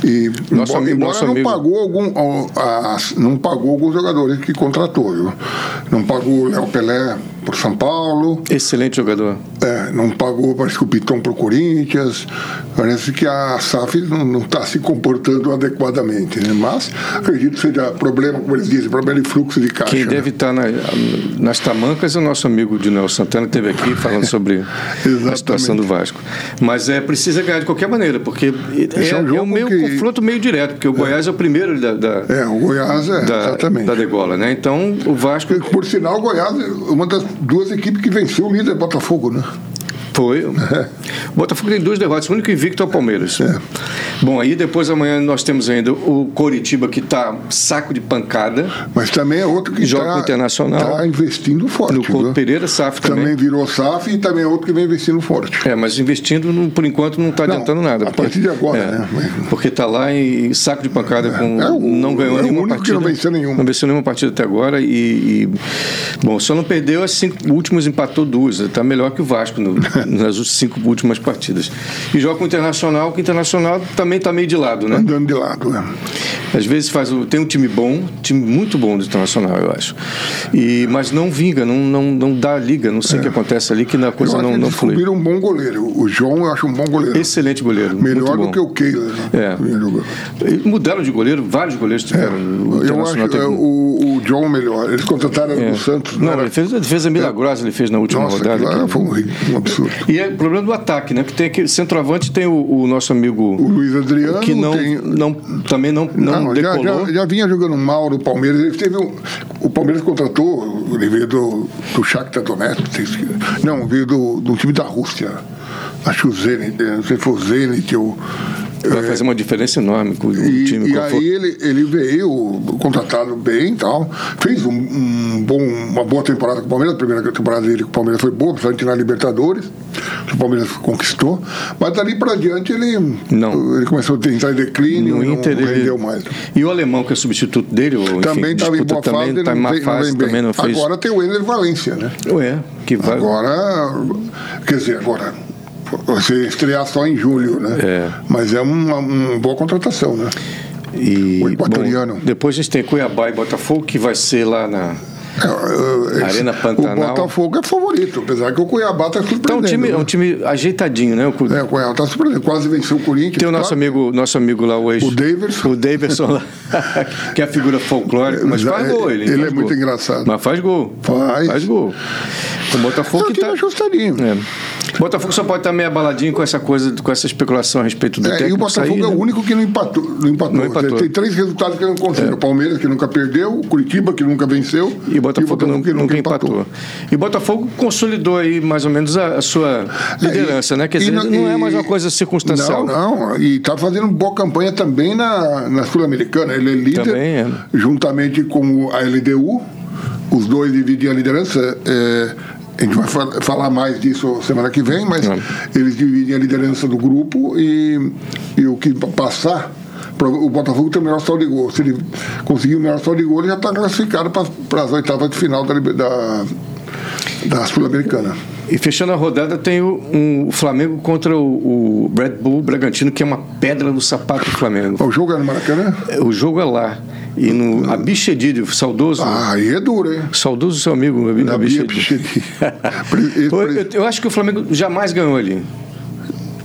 Speaker 2: E
Speaker 1: Nosso
Speaker 2: embora,
Speaker 1: ami-
Speaker 2: embora
Speaker 1: nosso
Speaker 2: não
Speaker 1: amigo.
Speaker 2: pagou algum ó, a- não pagou alguns jogadores que contratou, viu? Não pagou o Léo Pelé por São Paulo,
Speaker 1: Excelente jogador.
Speaker 2: é, não pagou parece que o Pitão pro Corinthians. Parece que a SAF não está se comportando adequadamente, né? Mas acredito que seja problema, como eles dizem, problema de fluxo de caixa.
Speaker 1: Quem
Speaker 2: né?
Speaker 1: deve estar na- nas tamancas é o nosso amigo Dinel Santana, que esteve aqui falando sobre a
Speaker 2: Exatamente.
Speaker 1: situação do Vasco. Mas é precisa ganhar de qualquer maneira, porque é,
Speaker 2: Esse é um
Speaker 1: é um
Speaker 2: jogo
Speaker 1: meio
Speaker 2: que-
Speaker 1: confronto meio direto, porque o Goiás é o primeiro da, da,
Speaker 2: É, o Goiás é,
Speaker 1: da,
Speaker 2: exatamente.
Speaker 1: da degola, né? Então o Vasco
Speaker 2: Por sinal, o Goiás é uma das duas equipes que venceu o líder Botafogo, né?
Speaker 1: Foi.
Speaker 2: É.
Speaker 1: O Botafogo tem duas derrotas, o único invicto é o Palmeiras. Bom, aí depois amanhã nós temos ainda o Coritiba que está saco de pancada.
Speaker 2: Mas também é outro que
Speaker 1: Joga com o Internacional.
Speaker 2: Está investindo forte.
Speaker 1: No Couto
Speaker 2: viu?
Speaker 1: Pereira, SAF também.
Speaker 2: também. virou SAF e também é outro que vem investindo forte.
Speaker 1: É, mas investindo não- por enquanto não está
Speaker 2: Não,
Speaker 1: adiantando nada.
Speaker 2: a partir de agora,
Speaker 1: é,
Speaker 2: né? Mas-
Speaker 1: Porque está lá em saco de pancada com.
Speaker 2: É o-
Speaker 1: não ganhou
Speaker 2: é o
Speaker 1: nenhuma
Speaker 2: único que
Speaker 1: partida.
Speaker 2: não venceu nenhuma.
Speaker 1: Não venceu nenhuma partida até agora e. e- bom, só não perdeu as cinco últimas, empatou duas. Está melhor que o Vasco no- nas cinco últimas partidas. E joga com o Internacional, que o Internacional também está meio de lado, né?
Speaker 2: Andando de lado. né?
Speaker 1: Às vezes faz o- tem um time bom, time muito bom do Internacional, eu acho. E, mas não vinga, não, não, não dá liga, não sei o que acontece ali, que na
Speaker 2: É. Eu
Speaker 1: coisa
Speaker 2: acho
Speaker 1: não,
Speaker 2: que
Speaker 1: não flui.
Speaker 2: descobriram um bom goleiro. O João eu acho um bom goleiro.
Speaker 1: Excelente goleiro. é muito
Speaker 2: Melhor
Speaker 1: bom.
Speaker 2: do que o Keila. Né?
Speaker 1: É. Eles Mudaram de goleiro, vários goleiros tiveram. o
Speaker 2: É, Eu
Speaker 1: Internacional
Speaker 2: acho
Speaker 1: teve- um
Speaker 2: é, o, o John melhor. Eles contrataram
Speaker 1: é.
Speaker 2: o Santos.
Speaker 1: Não,
Speaker 2: era-
Speaker 1: ele fez a defesa milagrosa, ele fez na última
Speaker 2: Nossa,
Speaker 1: rodada.
Speaker 2: aquilo lá
Speaker 1: aqui.
Speaker 2: foi um, um absurdo.
Speaker 1: E é o problema do ataque, né? Porque tem aquele centroavante, tem o, o nosso amigo
Speaker 2: O Luiz Adriano
Speaker 1: que não,
Speaker 2: tem-
Speaker 1: não, também não, não,
Speaker 2: Não, já,
Speaker 1: decolou.
Speaker 2: já, já vinha jogando mal no Palmeiras. Ele teve um- o Palmeiras contratou, ele veio do, do Shakhtar Donetsk. Não, veio do, do time da Rússia. Acho o Zenit, eh, não sei se foi o Zenit ou...
Speaker 1: Vai
Speaker 2: eh,
Speaker 1: fazer uma diferença enorme com o
Speaker 2: e,
Speaker 1: time.
Speaker 2: e
Speaker 1: qual for.
Speaker 2: aí ele, ele veio contratado bem e tal, fez um, um bom, uma boa temporada com o Palmeiras, a primeira temporada dele com o Palmeiras foi boa, principalmente na Libertadores, que o Palmeiras conquistou, mas dali pra diante ele,
Speaker 1: Não.
Speaker 2: ele começou a entrar em declínio
Speaker 1: No
Speaker 2: e não,
Speaker 1: Inter
Speaker 2: não
Speaker 1: ele-
Speaker 2: rendeu mais.
Speaker 1: E o alemão, que é substituto dele, ou, enfim,
Speaker 2: também estava em
Speaker 1: disputa
Speaker 2: boa
Speaker 1: também,
Speaker 2: fase,
Speaker 1: tá em
Speaker 2: não,
Speaker 1: má
Speaker 2: vem, não
Speaker 1: fase,
Speaker 2: vem bem.
Speaker 1: também não fez.
Speaker 2: Agora tem o Ener Valência, né?
Speaker 1: Ué, que vai.
Speaker 2: Agora, quer dizer, agora você estrear só em julho, né?
Speaker 1: É.
Speaker 2: Mas é uma, uma boa contratação, né?
Speaker 1: e,
Speaker 2: o equatoriano.
Speaker 1: bom, depois a gente tem Cuiabá e Botafogo, que vai ser lá na.
Speaker 2: É, é,
Speaker 1: Arena
Speaker 2: esse-
Speaker 1: Pantanal.
Speaker 2: O Botafogo é favorito, apesar que o Cuiabá está surpreendendo.
Speaker 1: Então, um time, é um
Speaker 2: né?
Speaker 1: time ajeitadinho, né? O Cu-
Speaker 2: É, o Cuiabá está surpreendendo, quase venceu o Corinthians.
Speaker 1: Tem o nosso
Speaker 2: tá?
Speaker 1: amigo, nosso amigo lá, o ex.
Speaker 2: O Daverson.
Speaker 1: O Daverson lá, que é a figura folclórica, mas
Speaker 2: Mas
Speaker 1: faz
Speaker 2: é-
Speaker 1: gol. Ele,
Speaker 2: ele
Speaker 1: faz
Speaker 2: é muito
Speaker 1: gol.
Speaker 2: engraçado.
Speaker 1: Mas faz gol.
Speaker 2: Faz.
Speaker 1: Faz gol. O
Speaker 2: É
Speaker 1: Botafogo
Speaker 2: um
Speaker 1: que
Speaker 2: time
Speaker 1: tá.
Speaker 2: ajustadinho. É.
Speaker 1: É. Botafogo só pode estar meio abaladinho com essa coisa, com essa especulação a respeito do técnico.
Speaker 2: e o Botafogo
Speaker 1: sair,
Speaker 2: é
Speaker 1: né?
Speaker 2: o único que não empatou. Não empatou.
Speaker 1: Não empatou. É.
Speaker 2: Tem três resultados que não conseguiu. O Palmeiras, que nunca perdeu, o Curitiba, que nunca venceu,
Speaker 1: E o Botafogo, nu- nunca, empatou. E o Botafogo consolidou aí mais ou menos a, a sua
Speaker 2: É,
Speaker 1: liderança, né? Quer dizer, não, é mais uma coisa circunstancial. né?
Speaker 2: Não, não. E está fazendo boa campanha também na, na Sul-Americana. Ele é líder,
Speaker 1: Também é.
Speaker 2: juntamente com a LDU. Os dois dividem a liderança. é, a gente vai fal- falar mais disso semana que vem, mas
Speaker 1: É.
Speaker 2: eles dividem a liderança do grupo e, e o que pa- passar. pra- O Botafogo tem o melhor saldo de gol. Se ele conseguir o melhor saldo de gol, ele já está classificado para as oitavas de final da, Liber- da, da Sul-Americana.
Speaker 1: E fechando a rodada tem o, um- o Flamengo contra o, o Red Bull Bragantino, que é uma pedra no sapato do Flamengo.
Speaker 2: O jogo é no Maracanã?
Speaker 1: O jogo é lá. E no Abichedid, o saudoso.
Speaker 2: Ah, aí é duro, hein?
Speaker 1: Saudoso seu amigo, Abi-
Speaker 2: Na Bia
Speaker 1: Abichedid.
Speaker 2: Pichetti.
Speaker 1: Eu, eu- eu acho que o Flamengo jamais ganhou ali.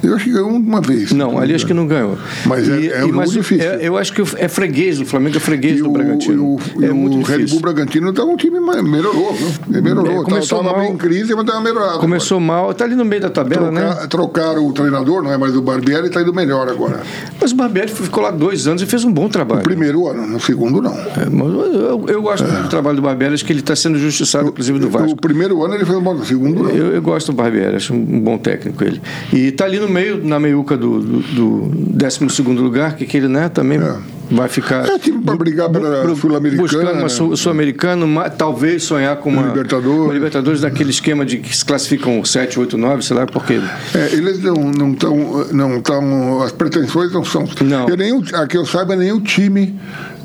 Speaker 2: Eu acho que ganhou uma vez.
Speaker 1: Não, ali acho que não ganhou.
Speaker 2: Mas é- é um jogo
Speaker 1: o-
Speaker 2: difícil.
Speaker 1: é- eu acho que o- é freguês, o Flamengo é freguês
Speaker 2: E
Speaker 1: do
Speaker 2: o,
Speaker 1: Bragantino.
Speaker 2: e o-
Speaker 1: é
Speaker 2: e
Speaker 1: muito
Speaker 2: o Red
Speaker 1: difícil.
Speaker 2: Bull Bragantino tá um time mais- melhorou, viu? Ele
Speaker 1: É,
Speaker 2: melhorou.
Speaker 1: começou
Speaker 2: tava tava
Speaker 1: mal.
Speaker 2: bem em crise, mas tava melhorado.
Speaker 1: Começou mal, tá ali no meio da tabela,
Speaker 2: agora.
Speaker 1: né?
Speaker 2: Troca- Trocaram o treinador, não é mais o Barbieri, tá indo melhor agora.
Speaker 1: Mas o Barbieri ficou lá dois anos e fez um bom trabalho.
Speaker 2: Primeiro ano, no segundo não.
Speaker 1: É, mas eu, eu gosto do trabalho do Barbieri, acho que ele está sendo justiçado, inclusive, do
Speaker 2: É. O
Speaker 1: Vasco.
Speaker 2: primeiro ano ele foi bom, no segundo não.
Speaker 1: Eu, eu gosto do Barbieri, acho um bom técnico ele. tá E está ali no meio, na meiuca do, do, do 12 lugar, que aquele, né, também
Speaker 2: É.
Speaker 1: vai ficar.
Speaker 2: É time para brigar pela Sul-Americana. né?
Speaker 1: Buscando uma Sul- Sul-Americano, ma- talvez sonhar com uma.
Speaker 2: Libertadores.
Speaker 1: uma Libertadores daquele esquema de que se classificam 7, 8, 9, sei lá, porque.
Speaker 2: É, eles não não estão não tão, as pretensões não são.
Speaker 1: Não.
Speaker 2: Eu nem, a que eu saiba nenhum time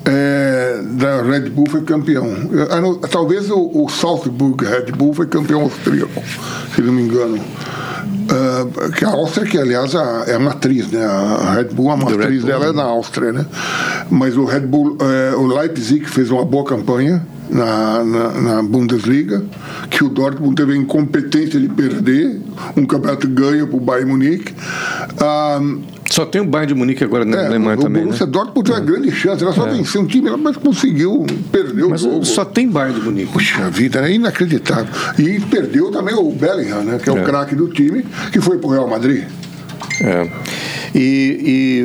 Speaker 2: é, da Red Bull foi campeão. Eu- eu não- talvez o, o Salzburg Red Bull foi campeão austríaco, se não me engano. Ah, que a Áustria, que aliás a- é a matriz, né? A Red Bull, a matriz
Speaker 1: Bull,
Speaker 2: dela é na Áustria, né? Mas o Red Bull, eh, o Leipzig fez uma boa campanha na, na, na Bundesliga, que o Dortmund teve a incompetência de perder um campeonato ganho para o Bayern Munique. Ah,
Speaker 1: Só tem o Bayern de Munique agora na
Speaker 2: é,
Speaker 1: Alemanha
Speaker 2: o
Speaker 1: também. né? É.
Speaker 2: Borussia Dortmund teve uma grande chance, ela só venceu um time, mas conseguiu perder o
Speaker 1: Mas
Speaker 2: jogo.
Speaker 1: só tem Bayern de Munique.
Speaker 2: Puxa vida, é inacreditável. E perdeu também o Bellingham, né, que é o
Speaker 1: É.
Speaker 2: craque do time, que foi para o Real Madrid.
Speaker 1: É. E,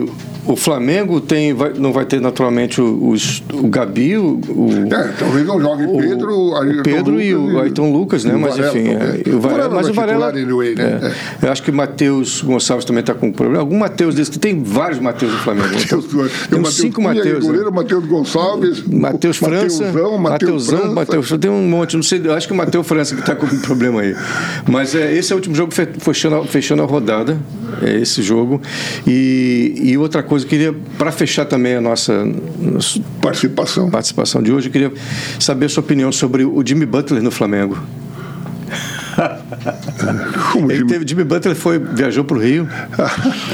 Speaker 1: e o Flamengo tem, vai- não vai ter naturalmente o, os- o Gabi, o, o-
Speaker 2: É, talvez não jogue
Speaker 1: o-
Speaker 2: Pedro,
Speaker 1: o
Speaker 2: Ayrton
Speaker 1: Pedro e o
Speaker 2: Lucas
Speaker 1: Ayrton Lucas, né?
Speaker 2: e o
Speaker 1: Mas
Speaker 2: Varela,
Speaker 1: enfim,
Speaker 2: talvez.
Speaker 1: é, e o Varela, mas o
Speaker 2: vai
Speaker 1: Varela.
Speaker 2: titular anyway, né?
Speaker 1: é. Eu acho que o Matheus Gonçalves também está com um problema. Algum Matheus desse, que tem vários Matheus no Flamengo. né?
Speaker 2: Tem os dois.
Speaker 1: Tem
Speaker 2: o
Speaker 1: uns
Speaker 2: Mateus
Speaker 1: cinco
Speaker 2: Cunha,
Speaker 1: Matheus. né?
Speaker 2: goleiro, Matheus Gonçalves,
Speaker 1: Matheus
Speaker 2: o
Speaker 1: França.
Speaker 2: Mateusão, Mateus
Speaker 1: Mateusão,
Speaker 2: França.
Speaker 1: Mateus França. Tem um monte. Não sei, eu acho que o Matheus França que está com um problema aí. Mas é, esse é o último jogo fe- fechando, a- fechando a rodada. É esse jogo. E, e outra coisa, eu queria, para fechar também a nossa, nossa
Speaker 2: Participação.
Speaker 1: participação de hoje, eu queria saber a sua opinião sobre o Jimmy Butler no Flamengo.
Speaker 2: Como
Speaker 1: Ele
Speaker 2: time-
Speaker 1: teve, Jimmy Butler foi, viajou para o Rio,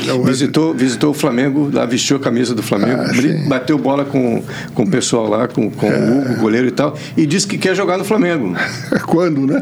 Speaker 2: Não, mas-
Speaker 1: visitou, visitou o Flamengo, lá vestiu a camisa do Flamengo,
Speaker 2: Ah,
Speaker 1: bri-
Speaker 2: sim. É.
Speaker 1: bateu bola com, com o pessoal lá, com, com o Hugo, goleiro e tal, e disse que quer jogar no Flamengo.
Speaker 2: Quando, né?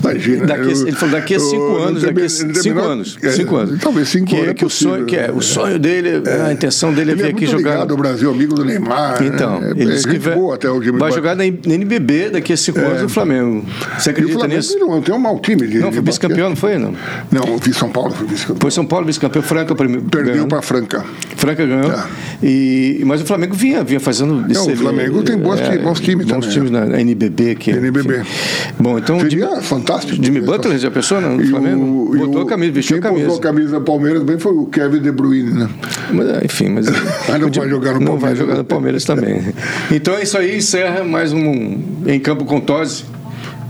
Speaker 2: Imagina.
Speaker 1: Daqui,
Speaker 2: eu-
Speaker 1: ele falou daqui a
Speaker 2: eu-
Speaker 1: cinco
Speaker 2: não
Speaker 1: anos,
Speaker 2: tem-
Speaker 1: daqui a
Speaker 2: não tem
Speaker 1: cinco
Speaker 2: menor-
Speaker 1: anos.
Speaker 2: é,
Speaker 1: Cinco anos.
Speaker 2: Talvez cinco
Speaker 1: que,
Speaker 2: anos.
Speaker 1: que o sonho, que é, o sonho dele, a intenção dele é
Speaker 2: Ele
Speaker 1: vir
Speaker 2: é
Speaker 1: aqui
Speaker 2: muito
Speaker 1: jogar.
Speaker 2: ligado ao Brasil, amigo do Neymar.
Speaker 1: Então,
Speaker 2: né? é,
Speaker 1: ele
Speaker 2: é
Speaker 1: disse que
Speaker 2: gente
Speaker 1: vai,
Speaker 2: boa até o Jimmy
Speaker 1: vai
Speaker 2: Butler.
Speaker 1: jogar na NBB daqui a cinco anos no Flamengo. Você
Speaker 2: É. E o
Speaker 1: acredita
Speaker 2: Flamengo
Speaker 1: nisso?
Speaker 2: não tem um mau time. De,
Speaker 1: Não, foi
Speaker 2: de
Speaker 1: vice-campeão, não foi? Não.
Speaker 2: basquete. Não, vi São Paulo, foi vice-campeão.
Speaker 1: Foi São Paulo vice-campeão, Franca primeiro.
Speaker 2: Perdeu um
Speaker 1: ganhou.
Speaker 2: para Franca.
Speaker 1: Franca ganhou.
Speaker 2: Tá.
Speaker 1: E, mas o Flamengo vinha, vinha fazendo. é,
Speaker 2: o Flamengo tem boas ti- bons times
Speaker 1: Bons
Speaker 2: também, né?
Speaker 1: times na NBB. Que,
Speaker 2: NBB.
Speaker 1: né? enfim. Bom, então.
Speaker 2: Seria
Speaker 1: Jimmy-
Speaker 2: é fantástico.
Speaker 1: Jimmy Butler, já pensou? Não, no Flamengo?
Speaker 2: e
Speaker 1: botou a camisa, vestiu a
Speaker 2: quem
Speaker 1: camisa.
Speaker 2: botou a camisa do Palmeiras bem foi o Kevin De Bruyne, né?
Speaker 1: Mas, enfim, mas.
Speaker 2: Ah, não vai jogar no
Speaker 1: Não vai
Speaker 2: Palmeiras. né?
Speaker 1: jogar no Palmeiras também. Então é isso aí, encerra mais um Em Campo com Tose,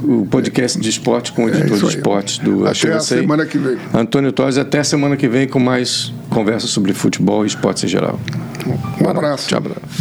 Speaker 1: o podcast de esporte com o editor
Speaker 2: É isso
Speaker 1: de
Speaker 2: aí.
Speaker 1: esportes do
Speaker 2: Até
Speaker 1: Achei
Speaker 2: a
Speaker 1: Você.
Speaker 2: semana que vem.
Speaker 1: Antônio Tose, até a semana que vem com mais conversa sobre futebol e esportes em geral.
Speaker 2: Um abraço.
Speaker 1: Tchau, abraço.